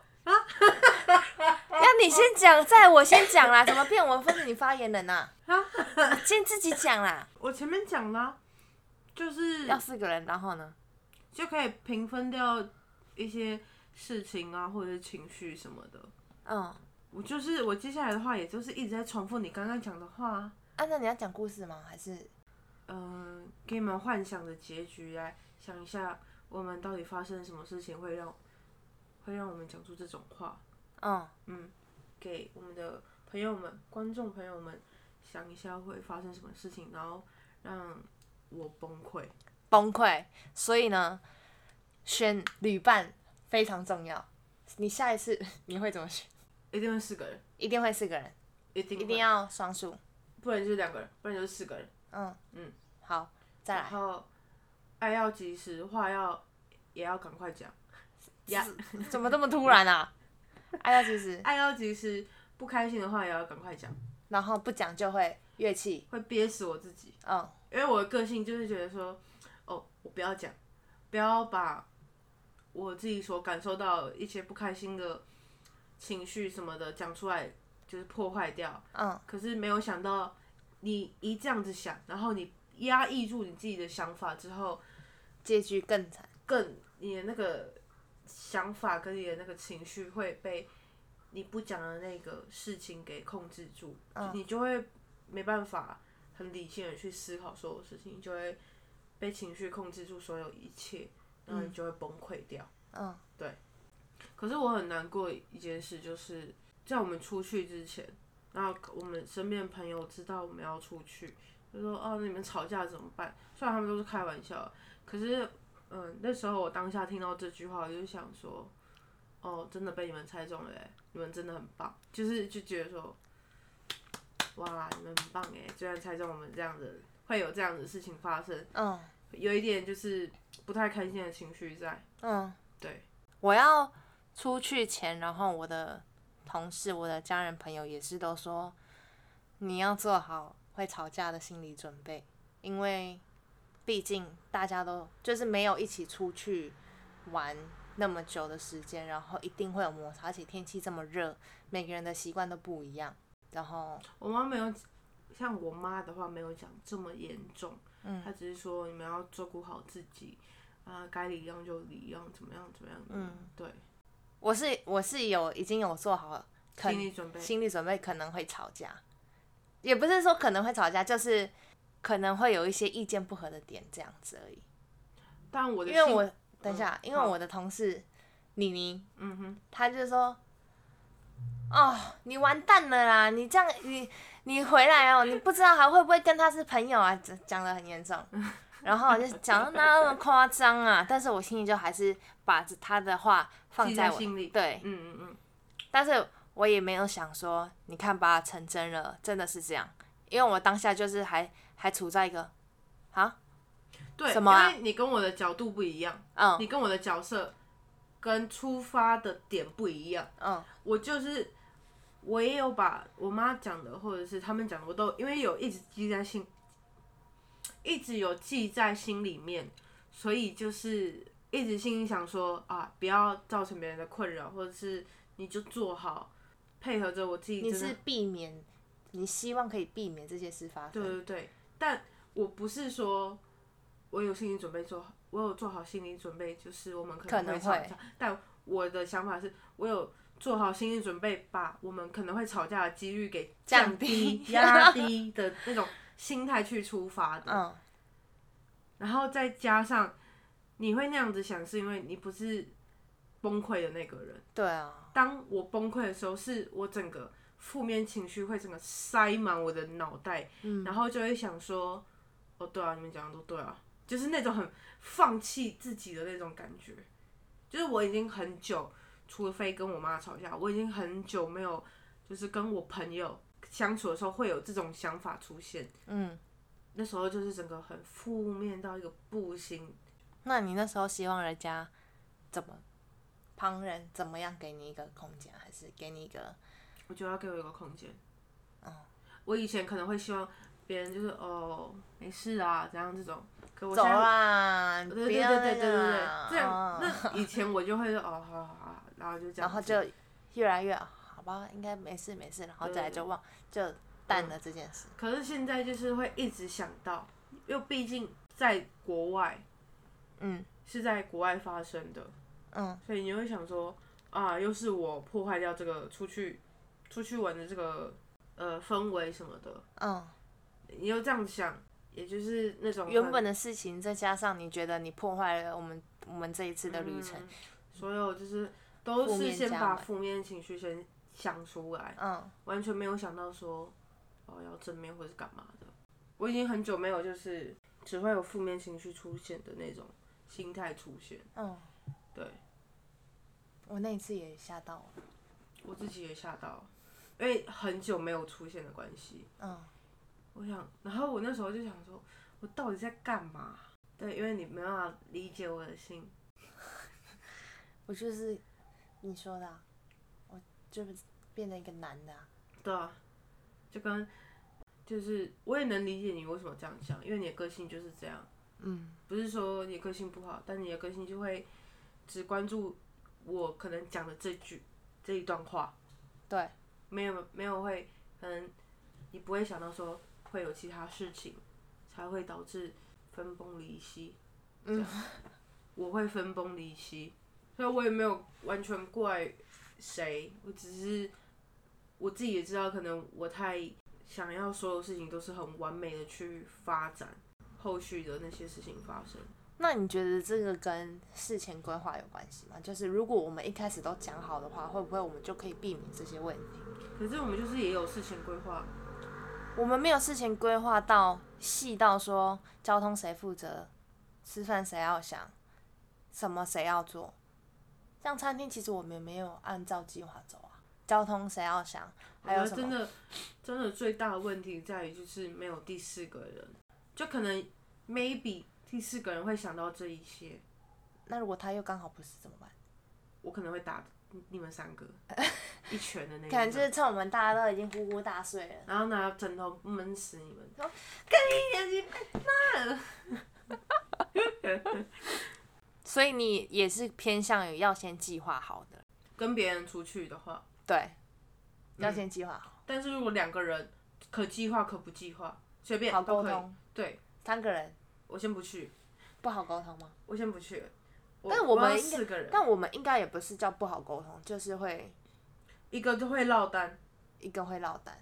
要你先讲，再我先讲啦。怎么变文分你发言人呐、 啊？你先自己讲啦。我前面讲啦、就是要四个人，然后呢？就可以平分掉一些事情啊，或者是情绪什么的。嗯，啊，我就是我接下来的话，也就是一直在重复你刚刚讲的话啊，那你要讲故事吗？还是嗯、给你们幻想的结局来想一下，我们到底发生什么事情会让会让我们讲出这种话？嗯嗯，给我们的朋友们、观众朋友们想一下会发生什么事情，然后让我崩溃。崩溃？所以呢，选旅伴非常重要。你下一次 你会怎么选？一定会四个人，一定会四个人，一定一一定，要双数。不然就是两个人，不然就是四个人。嗯嗯，好，再然来。后爱要及时，话要也要赶快讲。呀，怎么这么突然啊？爱要及时，爱要及时，不开心的话也要赶快讲，然后不讲就会乐器。会憋死我自己。嗯。因为我的个性就是觉得说，哦，我不要讲，不要把我自己所感受到一些不开心的情绪什么的讲出来，就是破坏掉。嗯，可是没有想到，你一这样子想，然后你压抑住你自己的想法之后，结局更惨。更你的那个想法跟你的那个情绪会被你不讲的那个事情给控制住，嗯就你就会没办法很理性的去思考所有事情，你就会被情绪控制住所有一切，然后你就会崩溃掉。嗯可是我很难过一件事，就是在我们出去之前，然后我们身边的朋友知道我们要出去，就说：“哦，那你们吵架怎么办？”虽然他们都是开玩笑，可是，嗯，那时候我当下听到这句话，我就想说：“哦，真的被你们猜中了耶，你们真的很棒。”就是就觉得说：“哇，你们很棒哎，居然猜中我们这样子，会有这样子的事情发生，嗯有一点就是不太开心的情绪在。嗯，对，我要出去前，然后我的同事、我的家人、朋友也是都说，你要做好会吵架的心理准备，因为毕竟大家都就是没有一起出去玩那么久的时间，然后一定会有摩擦，而且天气这么热，每个人的习惯都不一样。然后，我妈没有，像我妈的话没有讲这么严重，嗯她只是说你们要照顾好自己，啊、该礼让就礼让，怎么样怎么样，嗯，对，我是我是有已经有做好肯心理准备，心理准备可能会吵架，也不是说可能会吵架，就是可能会有一些意见不合的点这样子而已。但我的因心嗯为我等一下，因为好我的同事妮妮，嗯哼，她就说：“哦，你完蛋了啦！你这样，你你回来哦，你不知道还会不会跟他是朋友啊？”讲讲的很 严重。然后我就讲哪有那么夸张啊！但是我心里就还是把他的话放记在在我心里，对，嗯嗯嗯，但是我也没有想说，你看吧，成真了，真的是这样，因为我当下就是还还处在一个啊，对，什么啊因为你跟我的角度不一样，嗯你跟我的角色跟出发的点不一样，嗯我就是。我也有把我妈讲的，或者是他们讲的，我都因为有一直记在心，一直有记在心里面，所以就是一直心里想说啊，不要造成别人的困扰，或者是你就做好，配合着我自己你真的。是避免，你希望可以避免这些事发对对生，对，但我不是说我有心理准备做好，我有做好心理准备，就是我们可可能能会吵会架。但我的想法是我有做好心理准备，把我们可能会吵架的几率给降降低、 低压低的那种心态去出发的。嗯然后再加上你会那样子想，是因为你不是崩溃的那个人。对啊，当我崩溃的时候，是我整个负面情绪会整个塞满我的脑袋，然后就会想说，哦，对啊，你们讲的都对啊，就是那种很放弃自己的那种感觉。就是我已经很久，除非跟我妈吵架，我已经很久没有，就是跟我朋友相处的时候会有这种想法出现。嗯，那时候就是整个很负面到一个不行，那你那时候希望人家怎么旁人怎么样给你一个空间，还是给你一个我觉得要给我一个空间。嗯我以前可能会希望别人就是哦没事啊，怎样这种，可我走现在啦，对不对要对对对那对个对啦，这样、嗯那以前我就会说哦好好好好，然后就这样子，然后就越来越好吧，应该没事没事，然后再来就忘，就淡了这件事。可是现在就是会一直想到，又毕竟在国外嗯是在国外发生的，嗯所以你会想说啊，又是我破坏掉这个出去出去玩的这个呃氛围什么的，嗯，你又这样想，也就是那种原本的事情再加上你觉得你破坏了我们我们这一次的旅程嗯，所有就是都负是面先加把满负面情绪先想出来，嗯完全没有想到说哦要正面或是干嘛的。我已经很久没有就是只会有负面情绪出现的那种心态出现，嗯，对我那一次也吓到我，我自己也吓到，因为很久没有出现的关系，嗯我想，然后我那时候就想说，我到底在干嘛？对，因为你没办法理解我的心，我就是你说的、啊，我就变成一个男的、啊，对啊，就跟就是我也能理解你为什么这样想，因为你的个性就是这样。嗯不是说你个性不好，但你的个性就会只关注我可能讲的这句这一段话，对，没有没有会，可能你不会想到说会有其他事情才会导致分崩离析。嗯，我会分崩离析，所以我也没有完全怪谁，我只是我自己也知道，可能我太想要所有事情都是很完美的去发展，后续的那些事情发生。那你觉得这个跟事前规划有关系吗？就是如果我们一开始都讲好的话，会不会我们就可以避免这些问题？可是我们就是也有事前规划，我们没有事前规划到细到说交通谁负责，吃饭谁要想，什么谁要做。像餐厅其实我们也没有按照计划走啊，交通谁要想，还有我觉什得真么？的真的最大的问题在于就是没有第四个人，就可能 maybe 第四个人会想到这一些，那如果他又刚好不是怎么办？我可能会打你们三个一拳的那一可能种，就是趁我们大家都已经呼呼大睡了，然后拿枕头闷死你们。跟你所以你也是偏向于要先计划好的，跟别人出去的话，对，嗯要先计划好。但是如果两个人可计划可不计划，随便好都沟可以。通，对，三个人我先不去，不好沟通吗？我先不去。但我我们要应该四个人，但我们应该也不是叫不好沟通，就是会一个就会落单。一个会落单，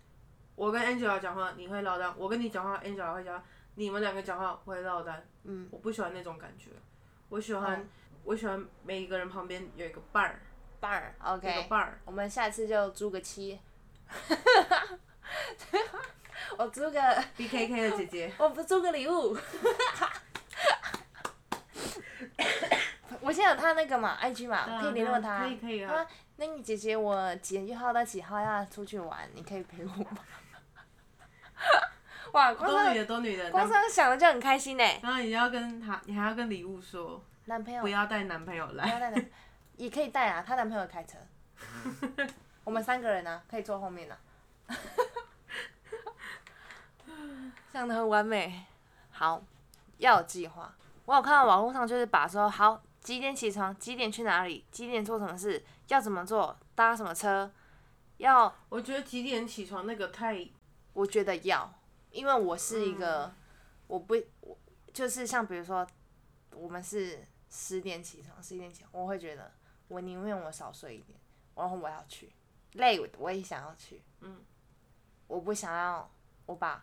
我跟 Angela 讲话，你会落单；我跟你讲话，Angela 会讲话。你们两个讲话，我会落单。嗯，我不喜欢那种感觉，我喜欢、我喜欢每一个人旁边有一个伴儿，伴儿有一个，OK，伴儿。我们下次就租个七， 我租个， B K K 的姐姐，我不租个礼物。我现在有他那个嘛，IG 嘛， 可以联络他。可以可以啊他。说那你姐姐我几月号到几号要出去玩，你可以陪我吗？ 哇，光都女是的，都女的。光男是想的就很开心呢。然后你要跟他，你还要跟礼物说，男朋友不要带男朋友不来。要带男，也可以带啊，她男朋友开车。我们三个人啊，可以坐后面啊。想的很完美。好，要有计划。我有看到网络上就是把说好几点起床，几点去哪里，几点做什么事，要怎么做，搭什么车，要我觉得几点起床那个太，我觉得要，因为我是一个，我不我就是像比如说，我们是十点起床，十一点起床，我会觉得我宁愿我少睡一点，然后我要去，累我我也想要去，嗯，我不想要我把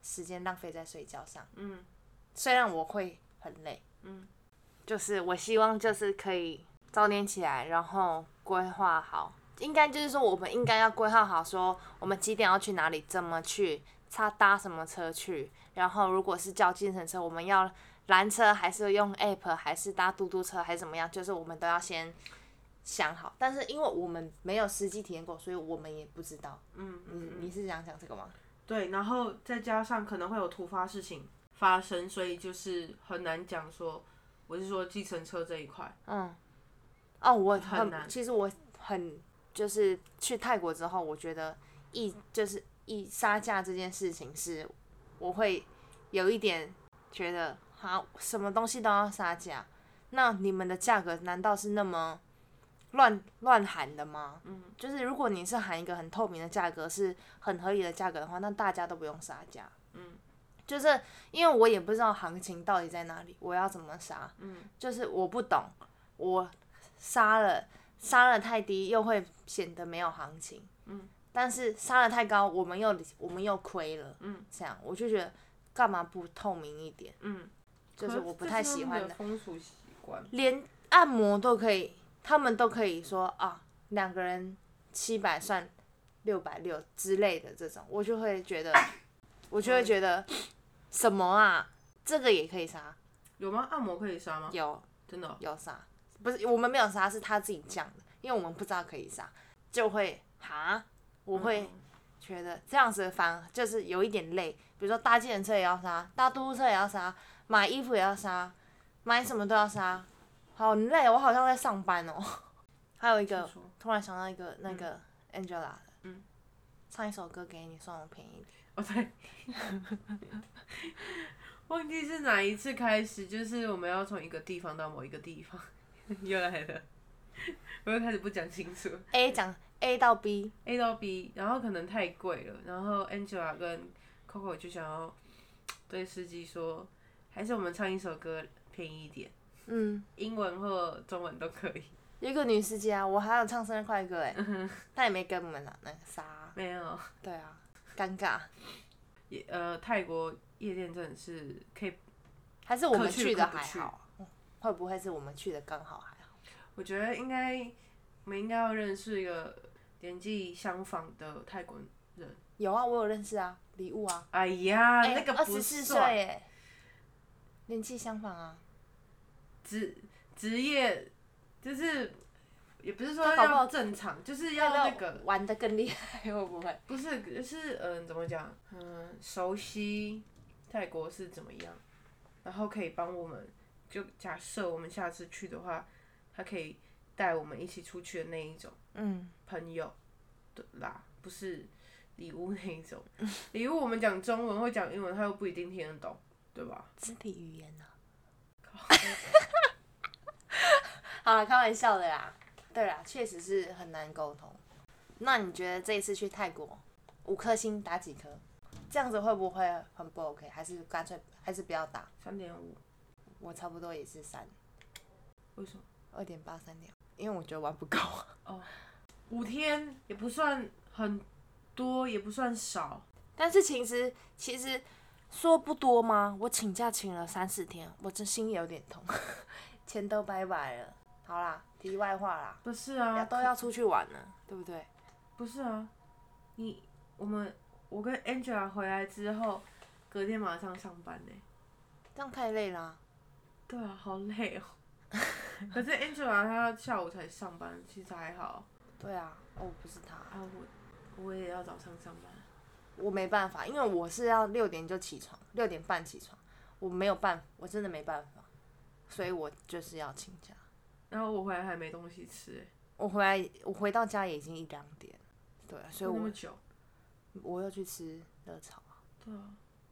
时间浪费在睡觉上，嗯，虽然我会很累，嗯，就是我希望就是可以早点起来，然后规划好，应该就是说我们应该要规划好，说我们几点要去哪里，怎么去，搭搭什么车去，然后如果是叫计程车，我们要拦车还是用 app，还是搭嘟嘟车还是怎么样，就是我们都要先想好。但是因为我们没有实际体验过，所以我们也不知道。嗯你嗯嗯，你是想讲这个吗？对。然后再加上可能会有突发事情发生，所以就是很难讲说，我是说计程车这一块。嗯，哦，我很很，难其实我很就是去泰国之后，我觉得一就是一杀价这件事情是，我会有一点觉得，哈，什么东西都要杀价，那你们的价格难道是那么乱乱喊的吗？嗯，就是如果你是喊一个很透明的价格，是很合理的价格的话，那大家都不用杀价。嗯，就是因为我也不知道行情到底在哪里，我要怎么杀，嗯，就是我不懂，我杀了杀了太低又会显得没有行情，嗯，但是杀了太高，我们又我们又亏了，嗯，这样我就觉得干嘛不透明一点，嗯，就是我不太喜欢的，风俗习惯。连按摩都可以，他们都可以说啊，两个人七百算六百六之类的这种，我就会觉得，我就会觉得什么啊，这个也可以杀，有吗？按摩可以杀吗？有真的哦、有杀，不是我们没有杀，是他自己讲的，因为我们不知道可以杀，就会哈，我嗯会觉得这样子反而就是有一点累，比如说搭计程车也要杀，搭嘟嘟车也要杀，买衣服也要杀，买什么都要杀，好累，我好像在上班哦。 还有一嗯个不，错突然想到一个那个 Angela 的，嗯，唱一首歌给你，算我便宜一点。哦对， 忘记 是哪一次开始，就是我们要从一个地方到某一个地方，又来了。我又开始不讲清楚。 A 讲 A 到 B， A 到 B，然后可能太贵了，然后 Angela 跟 Coco 就想要对司机说，还是我们唱一首歌便宜一点，嗯，英文或中文都可以。有一个女司机啊，我还想唱生日快歌哎，嗯但也没跟我们啦，那个啥，没有，对啊，尴尬，也呃，泰国夜店真的是可以，还是我们可去去的可不还去好啊，嗯会不会是我们去的刚好还好？我觉得应该我们应该要认识一个年纪相仿的泰国人。有啊，我有认识啊，礼物啊，哎呀，哎那个二不十四岁算哎，年纪相仿啊，职职业，就是也不是说他搞不好要正常，就是要那个。玩的更厉害会不会？不是，就是嗯、怎么讲？嗯，熟悉泰国是怎么样，然后可以帮我们，就假设我们下次去的话，他可以带我们一起出去的那一种嗯，朋友的啦，不是礼物那一种。礼物我们讲中文或讲英文，他又不一定听得懂，对吧？肢体语 言呢、啊好了，开玩笑的啦。对啦，确实是很难沟通。那你觉得这一次去泰国，五颗星打几颗？这样子会不会很不 OK？还是干脆还是不要打？三点五，我差不多也是三，为什么？二点八三点，因为我觉得玩不够。五天也不算很多，也不算少， 但是其实其实说不多吗？我请假请了三四天，我真心有点痛， 钱都拜拜了。好啦，题外话啦，不是啊，要都要出去玩了，对不对？不是啊，你我们我跟 Angela 回来之后，隔天马上上班呢、这样太累啦、对啊，好累哦。 可是 Angela 她下午才上班，其实还好对啊，哦，不是他，啊。我我也要早上上班，我没办法，因为我是要六点就起床，六点半起床，我没有办，我真的没办法，所以我就是要请假。然后我回来还没东西吃、欸，我回来，我回到家也已经一两点，对啊，所以那么我久。我又去吃热炒啊，对啊，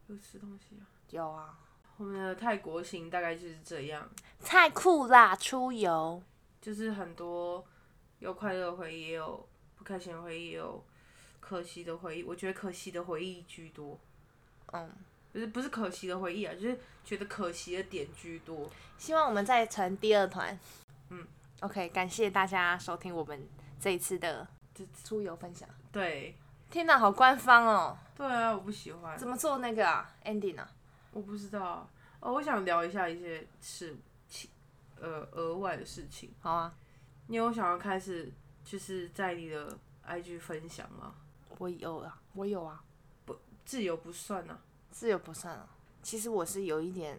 有吃东西啊。有啊，我们的泰国行大概就是这样，太酷啦，出游。就是很多有快乐的回忆，也有不开心的回忆，也有可惜的回忆。我觉得可惜的回忆居多。嗯，不是不是可惜的回忆啊，就是觉得可惜的点居多。希望我们再成第二团。嗯，OK，感谢大家收听我们这一次的这出游分享。对天哪，好官方哦！对啊，我不喜欢，怎么做那个啊？ending 啊？我不知道啊哦。我想聊一下一些事情，呃，额外的事情。好啊，你有想要开始就是在你的 IG 分享吗？我有啊，我有啊，自由不算啊，自由不算啊。其实我是有一点，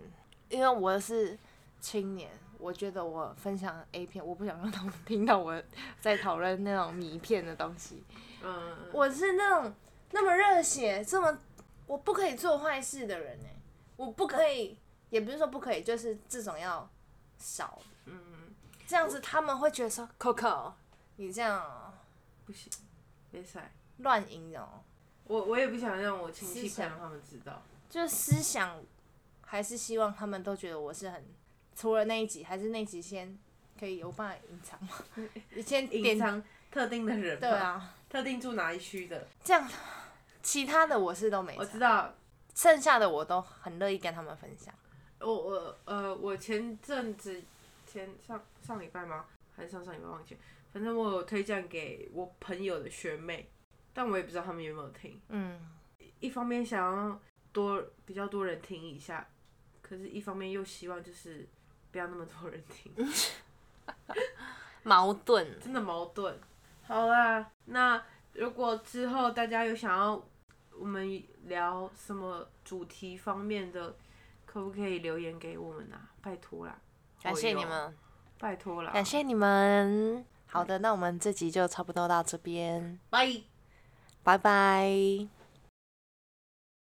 因为我是青年，我觉得我分享 A 片，我不想让他们听到我在讨论那种迷片的东西。嗯，我是那种那么热血，这么我不可以做坏事的人哎、我不可以，也不是说不可以，就是这种要少，嗯，这样子他们会觉得说，Coco，你这样不行，别晒。乱引哦，我我也不想让我亲戚思朋想友他们知道。就是思想还是希望他们都觉得我是很，除了那一集，还是那一集先可以有办法隐藏吗？ 你先隐点藏特定的人，对，啊，特定住哪一区的，这样其他的我是都没我藏，知道。剩下的我都很乐意跟他们分享。我我呃，我前阵子前上上礼拜吗？还是上上礼拜忘记了，反正我有推荐给我朋友的学妹，但我也不知道他们有没有听。嗯，一方面想要多比较多人听一下，可是一方面又希望就是不要那么多人听，矛盾。真的矛盾。好啦，那如果之后大家有想要我们聊什么主题方面的，可不可以留言给我们啊？拜托啦，感谢我你有们，拜托啦，感谢你们。好的，那我们这集就差不多到这边，拜。拜拜。